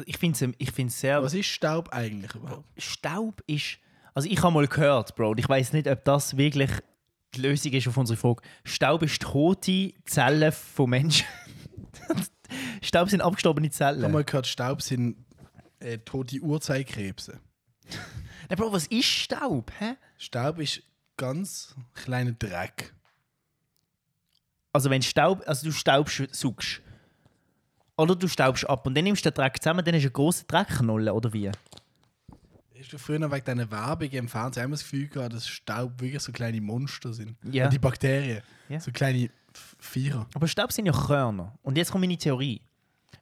S2: Ich finde es ich find's sehr...
S1: Was ist Staub eigentlich überhaupt?
S2: Staub ist... Also ich habe mal gehört, Bro, und ich weiß nicht, ob das wirklich die Lösung ist auf unsere Frage. Staub ist die rote Zelle von Menschen. Staub sind abgestorbene
S1: Ich
S2: Zellen.
S1: habe mal gehört, Staub sind äh, tote Urzeitkrebse.
S2: Nein, Bro, was ist Staub? Hä?
S1: Staub ist ganz kleiner Dreck.
S2: Also wenn Staub, also du Staub sch- suchst. Oder du staubst ab und dann nimmst du den Dreck zusammen, dann ist eine große Dreckknolle, oder wie?
S1: Hast du früher wegen deiner Werbung im Fernsehen immer das Gefühl gehabt, dass Staub wirklich so kleine Monster sind?
S2: Ja.
S1: Und die Bakterien.
S2: Ja.
S1: So kleine F- Vierer.
S2: Aber Staub sind ja Körner. Und jetzt kommt meine Theorie.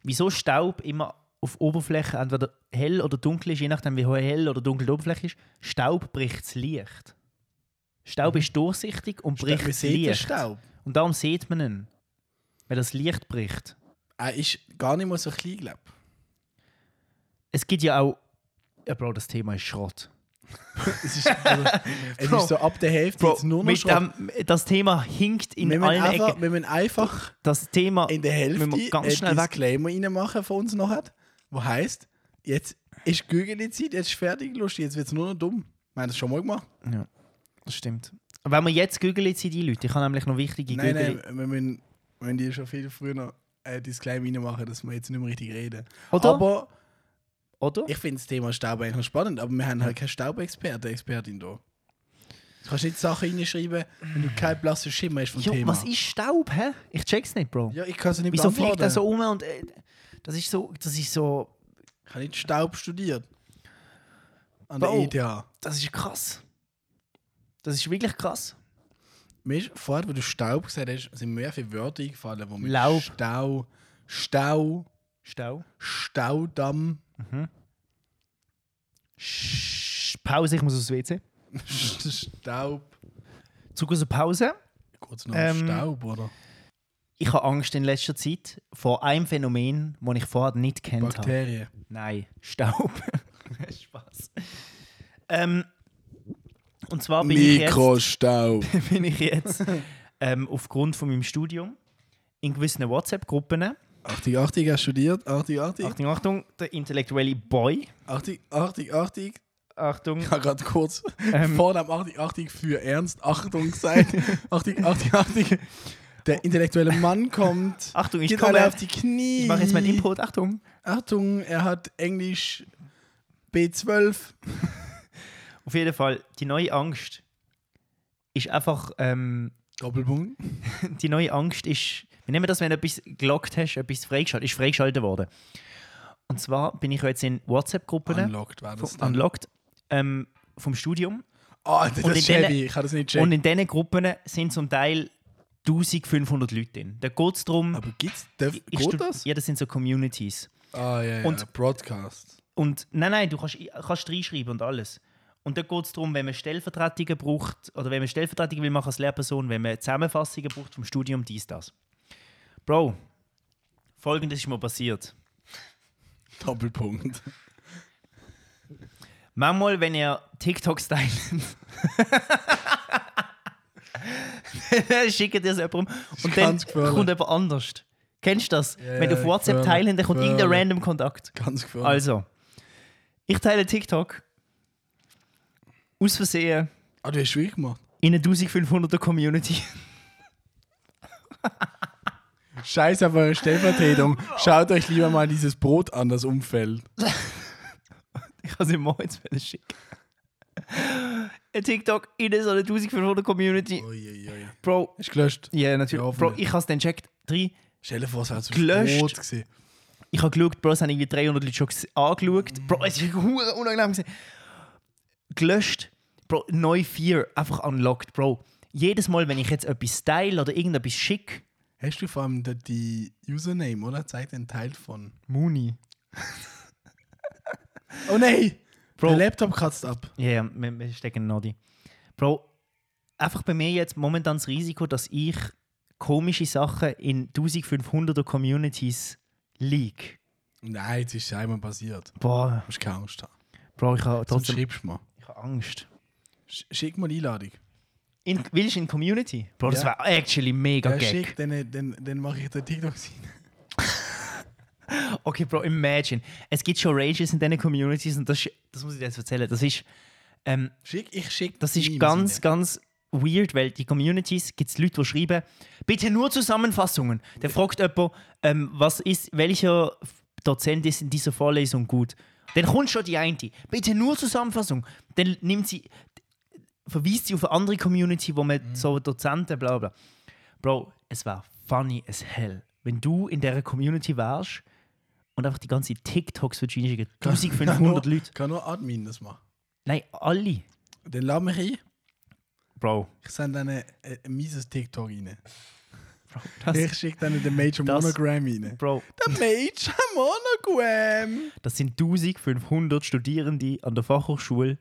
S2: Wieso Staub immer auf Oberfläche entweder hell oder dunkel ist, je nachdem wie hell oder dunkel die Oberfläche ist. Staub bricht das Licht. Staub ist durchsichtig und bricht
S1: Man
S2: das
S1: sieht den
S2: Licht.
S1: Staub.
S2: Und darum sieht man ihn. Weil das Licht bricht.
S1: Er ist gar nicht mal so klein, glaube
S2: Es gibt ja auch... Ja, Bro, das Thema ist Schrott.
S1: Es ist, also, es
S2: Bro.
S1: ist so ab der Hälfte
S2: Bro,
S1: jetzt nur noch
S2: mit
S1: Schrott.
S2: dem, das Thema hinkt in
S1: Wir müssen,
S2: allen
S1: einfach,
S2: Ecken.
S1: wir müssen einfach
S2: Das Thema
S1: in der Hälfte
S2: müssen wir ganz
S1: einen
S2: schnell weg.
S1: Disclaimer reinmachen von uns noch hat, wo heißt jetzt ist Gügel Zeit, jetzt ist fertig, lustig, jetzt wird es nur noch dumm. Ich meine, das schon mal gemacht.
S2: Ja, das stimmt. Wenn wir jetzt Gügeli sind, die Leute, ich habe nämlich noch wichtige
S1: Nein,
S2: Gügeli.
S1: nein, wir müssen, wir müssen die schon viel früher noch äh, Disclaimer reinmachen, dass wir jetzt nicht mehr richtig reden.
S2: Oder?
S1: Aber
S2: Oder?
S1: ich finde das Thema Staub eigentlich noch spannend, aber wir haben halt keinen Staubexperten, Expertin da. Du kannst nicht Sachen reinschreiben, wenn du keinen blassen Schimmer hast vom
S2: Jo,
S1: Thema.
S2: was ist Staub, hä? Ich check's nicht, Bro.
S1: ja, ich kann es nicht
S2: Wieso fliegt
S1: beantworten.
S2: er so um und äh, das ist so, das ist so,
S1: Ich habe nicht Staub studiert. An der E
S2: Bro.
S1: ETH.
S2: das ist krass. Das ist wirklich krass.
S1: Mir ist vorher, wo du Staub gesagt hast, sind mir viele Wörter eingefallen, wo mit
S2: Laub.
S1: Stau, Stau,
S2: Stau.
S1: Staudamm,
S2: Sch Pause, ich muss aufs WC.
S1: Staub.
S2: Zurück aus der Pause.
S1: Kurz noch
S2: Ähm.
S1: Staub, oder?
S2: Ich habe Angst in letzter Zeit vor einem Phänomen, das ich vorher nicht kennt habe.
S1: Bakterien.
S2: Nein, Staub. Spaß. Ähm, und zwar bin ich jetzt...
S1: Mikrostaub.
S2: bin ich jetzt ähm, aufgrund von meinem Studium in gewissen WhatsApp-Gruppen.
S1: Achtung, Achtung, er studiert. Achtung, Achtung.
S2: Achtung, Achtung, der intellektuelle Boy.
S1: Achtung, Achtung, Achtung.
S2: Achtung.
S1: Ich habe gerade kurz
S2: Ähm.
S1: vor dem Achtung, Achtung für Ernst, Achtung gesagt. Achtung, Achtung, Achtung. Der intellektuelle Mann kommt.
S2: Achtung, Ah, ich
S1: geht
S2: komme-
S1: alle auf die Knie.
S2: Ich mache jetzt meinen Input. Achtung.
S1: Achtung, er hat Englisch B12.
S2: Auf jeden Fall, die neue Angst ist einfach. Ähm,
S1: Doppelpunkt.
S2: die neue Angst ist. Wir nehmen das, wenn du etwas gelockt hast, etwas freigeschaltet, ist freigeschaltet worden. Und zwar bin ich jetzt in WhatsApp-Gruppen
S1: Unlocked war das
S2: von-
S1: dann.
S2: unlocked ähm, vom Studium.
S1: Oh, das
S2: Und
S1: ist
S2: in denen-
S1: Chevy. Ich kann das nicht
S2: Und
S1: checken.
S2: in diesen Gruppen sind zum Teil 1500 Leute drin. Da geht es darum,
S1: Aber gibt's, darf,
S2: Ich
S1: geht
S2: stu-
S1: das?
S2: Ja, das sind so Communities.
S1: Ah, ja, ja.
S2: Und-
S1: Broadcast.
S2: Und nein, nein, du kannst, kannst reinschreiben und alles. Und da geht es darum, wenn man Stellvertretungen braucht, oder wenn man Stellvertretungen will machen als Lehrperson, wenn man Zusammenfassungen braucht vom Studium, dies, das. Bro, folgendes ist mir passiert.
S1: Doppelpunkt.
S2: Manchmal, wenn ihr TikToks teilt, dann schickt ihr es jemandem und dann
S1: ganz gefährlich.
S2: kommt jemand anders. Kennst du das? wenn du
S1: ja,
S2: auf WhatsApp
S1: gefährlich,
S2: teilst, dann kommt irgendein
S1: gefährlich.
S2: random Kontakt.
S1: Ganz gefährlich.
S2: Also, ich teile TikTok aus Versehen
S1: ah, du hast schwierig gemacht.
S2: in eine 1500er Community.
S1: Scheiß auf eure Stellvertretung. Schaut euch lieber mal dieses Brot an, das umfällt.
S2: Ich kann sie mal ins Feld schicken. Ein TikTok in so eine 1500 Community.
S1: Uiuiui.
S2: Bro,
S1: Hast du gelöscht?
S2: ja, natürlich.
S1: Ja,
S2: Bro,
S1: hoffentlich.
S2: ich habe es dann gecheckt. Drei.
S1: Stell dir vor, es wäre so
S2: Gelöscht.
S1: Brot gewesen.
S2: Ich habe geschaut, Bro, es haben irgendwie 300 Leute schon gese- angeschaut. Bro, es ist hure unangenehm. gewesen. Gelöscht. Bro, neu Fear. Einfach unlocked, Bro. Jedes Mal, wenn ich jetzt etwas teile oder irgendetwas schicke,
S1: Hast du vor allem da die Username, oder? Zeigt einen Teil von.
S2: Muni.
S1: Oh nein!
S2: Bro.
S1: Der Laptop kratzt ab.
S2: Ja, ja, wir, wir stecken noch die. Bro, einfach bei mir jetzt momentan das Risiko, dass ich komische Sachen in 1500er Communities leak.
S1: Nein, das ist einmal passiert.
S2: Boah,
S1: Du musst keine Angst haben.
S2: Bro, ich habe
S1: Sonst
S2: trotzdem
S1: schreibst du mal.
S2: ich habe Angst.
S1: Sch schick mal die Einladung.
S3: In, willst du in Community?
S2: Bro, das
S1: Ja.
S2: wäre actually mega
S1: Ja,
S2: gag.
S1: schick, dann, dann, dann mache ich den TikTok rein.
S2: Okay, Bro, imagine. Es gibt schon Rages in diesen Communities und das, ist- das muss ich dir jetzt erzählen. Das ist, ähm,
S1: Schick, ich schick.
S2: das
S1: die
S2: ist
S1: Memes
S2: ganz,
S1: rein.
S2: ganz weird, weil die Communities gibt es Leute, die schreiben, bitte nur Zusammenfassungen. Dann fragt jemand, ähm, was ist, welcher F- Dozent ist in dieser Vorlesung gut. Dann kommt schon die eine, bitte nur Zusammenfassung. Dann nimmt sie, verweist sie auf eine andere Community, wo man so Dozenten, bla bla. Bro, es war funny as hell. Wenn du in dieser Community wärst und einfach die ganze TikToks für Genie schicken, 1500
S1: kann nur,
S2: Leute.
S1: Kann nur Admin das machen.
S2: Nein, alle.
S1: Dann lad mich ein.
S2: Bro.
S1: Ich sende dann ein, ein mieses TikTok rein.
S2: Das,
S1: Ich schicke dann den Major
S2: Das-
S1: Monogram rein.
S2: Bro,
S1: Der Major Monogram!
S2: Das sind 1500 Studierende an der Fachhochschule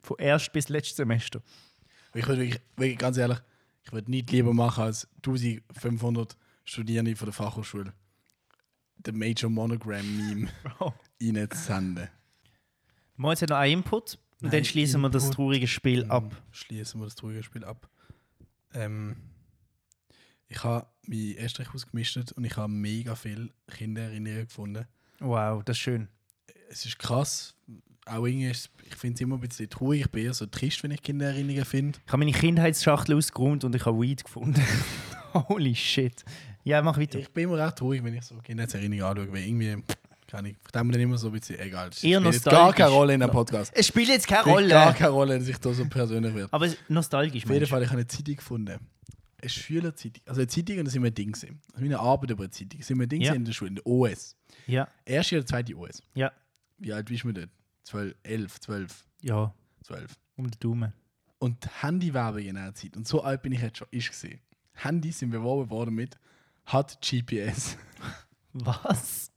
S2: von erst bis letztes Semester.
S1: Ich würde wirklich, wirklich, ganz ehrlich, ich würde nichts lieber machen als 1500 Studierende von der Fachhochschule. Den Major Monogram Meme
S2: Bro.
S1: reinzusenden.
S2: Mal jetzt noch einen Input und
S1: Nein,
S2: dann schließen wir das
S1: Input.
S2: traurige Spiel ab.
S1: Schließen wir das traurige Spiel ab. Ähm, ich habe mein Estrich ausgemistet und ich habe mega viele Kindererinnerungen gefunden.
S2: Wow, das ist schön.
S1: es ist krass. Auch irgendwie ist, ich finde es immer ein bisschen traurig. Ich bin eher so trist, wenn ich Kindererinnerungen finde.
S2: Ich habe meine Kindheitsschachtel ausgeräumt und ich habe Weed gefunden. Holy shit. Ja, mach weiter.
S1: Ich bin immer recht traurig, wenn ich so Kindheitserinnerungen anschaue, weil irgendwie, keine Ahnung, ich denke mir dann immer so ein bisschen, egal. Es
S2: Eher
S1: spielt jetzt gar
S2: nostalgisch.
S1: keine Rolle in einem Podcast.
S2: Es spielt jetzt keine
S1: Es spielt Gar
S2: Rolle.
S1: keine Rolle, dass ich da so persönlich werde.
S2: Aber es- nostalgisch,
S1: Auf jeden
S2: meinst du?
S1: Fall, ich habe eine Zeitung gefunden. Eine Schülerzeitung. Also eine Zeitung und da sind wir ein Ding. gewesen. Also meine Arbeit über eine Zeitung. Sind wir ein Ding
S2: Ja.
S1: gewesen in der Schule, in der OS.
S2: Ja,
S1: Erste oder zweite OS.
S2: ja,
S1: Wie alt bist du denn? 12, 11, 12,
S2: ja.
S1: 12.
S2: Um den Daumen.
S1: und genau die Handywerbung in einer Zeit. Und so alt bin ich jetzt schon. Ich gesehen. Handys sind beworben worden mit hat GPS.
S2: Was?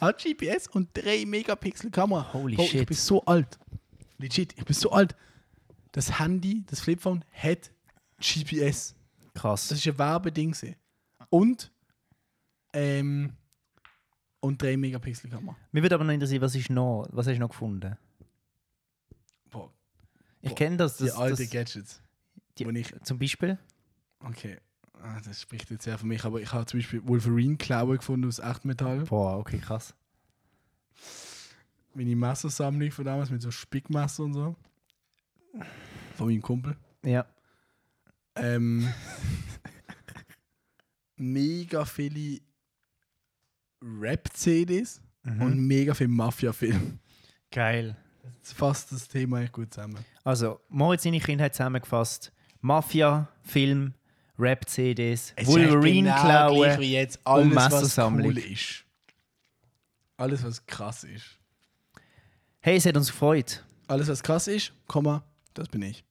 S1: hat GPS und 3 Megapixel Kamera.
S2: Holy
S1: Bro, Ich
S2: shit.
S1: bin so alt. Legit, ich bin so alt. Das Handy, das Flipphone hat GPS.
S2: Krass.
S1: Das ist ein Werbeding. gewesen. Und ähm, und 3 Megapixel Kamera.
S2: Mir würde aber noch interessieren, was ist noch? Was hast du noch gefunden?
S1: Boah,
S2: Ich
S1: Boah,
S2: kenne das.
S1: die
S2: das,
S1: alten
S2: das
S1: Gadgets.
S2: die-
S1: wo ich
S2: zum Beispiel?
S1: Okay, ah, das spricht jetzt sehr für mich, aber ich habe zum Beispiel Wolverine-Klaue gefunden aus Echtmetall.
S2: Boah, okay, krass.
S1: Meine Messersammlung von damals mit so Spickmesser und so. Von meinem Kumpel.
S2: Ja.
S1: Ähm, mega viele Rap-CDs und mega viele Mafia-Filme.
S2: Geil.
S1: Das fasst das Thema echt gut zusammen.
S2: Also, Moritz seine Kindheit zusammengefasst. Mafia, Film, Rap-CDs,
S1: Wolverine-Klaue
S2: Wolverine-Klauen.
S1: genau wie jetzt alles, was
S2: Messersammlung.
S1: cool ist. Alles, was krass ist.
S2: hey, es hat uns gefreut,
S1: Alles, was krass ist, Komma, das bin ich.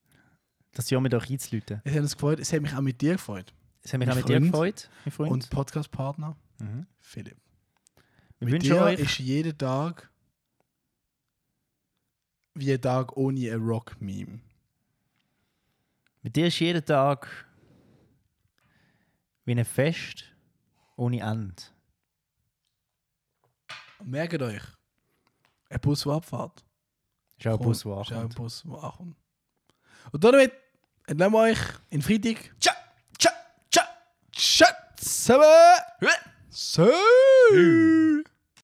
S2: dass du mit euch einzulüten.
S1: Es hat uns gefreut, es hat mich auch mit dir gefreut.
S2: Es hat mich
S1: Mein
S2: auch mit dir
S1: Freund.
S2: gefreut, mein Freund.
S1: Und Podcast-Partner,
S2: Mhm.
S1: Philipp.
S2: wir
S1: Mit
S2: wünschen
S1: dir
S2: euch.
S1: ist jeden Tag wie ein Tag ohne ein Rock-Meme.
S2: Mit dir ist jeden Tag wie ein Fest ohne Ende.
S1: Und Merkt euch, ein Bus, der abfährt.
S2: Ist auch ein Bus, der
S1: Kommt, ist auch ein
S2: ankommt.
S1: Bus, der ankommt. Und damit entnehmen wir euch in Freitag.
S2: Tschö, tschö, tschö.
S1: Tschüss zusammen! Tschüss!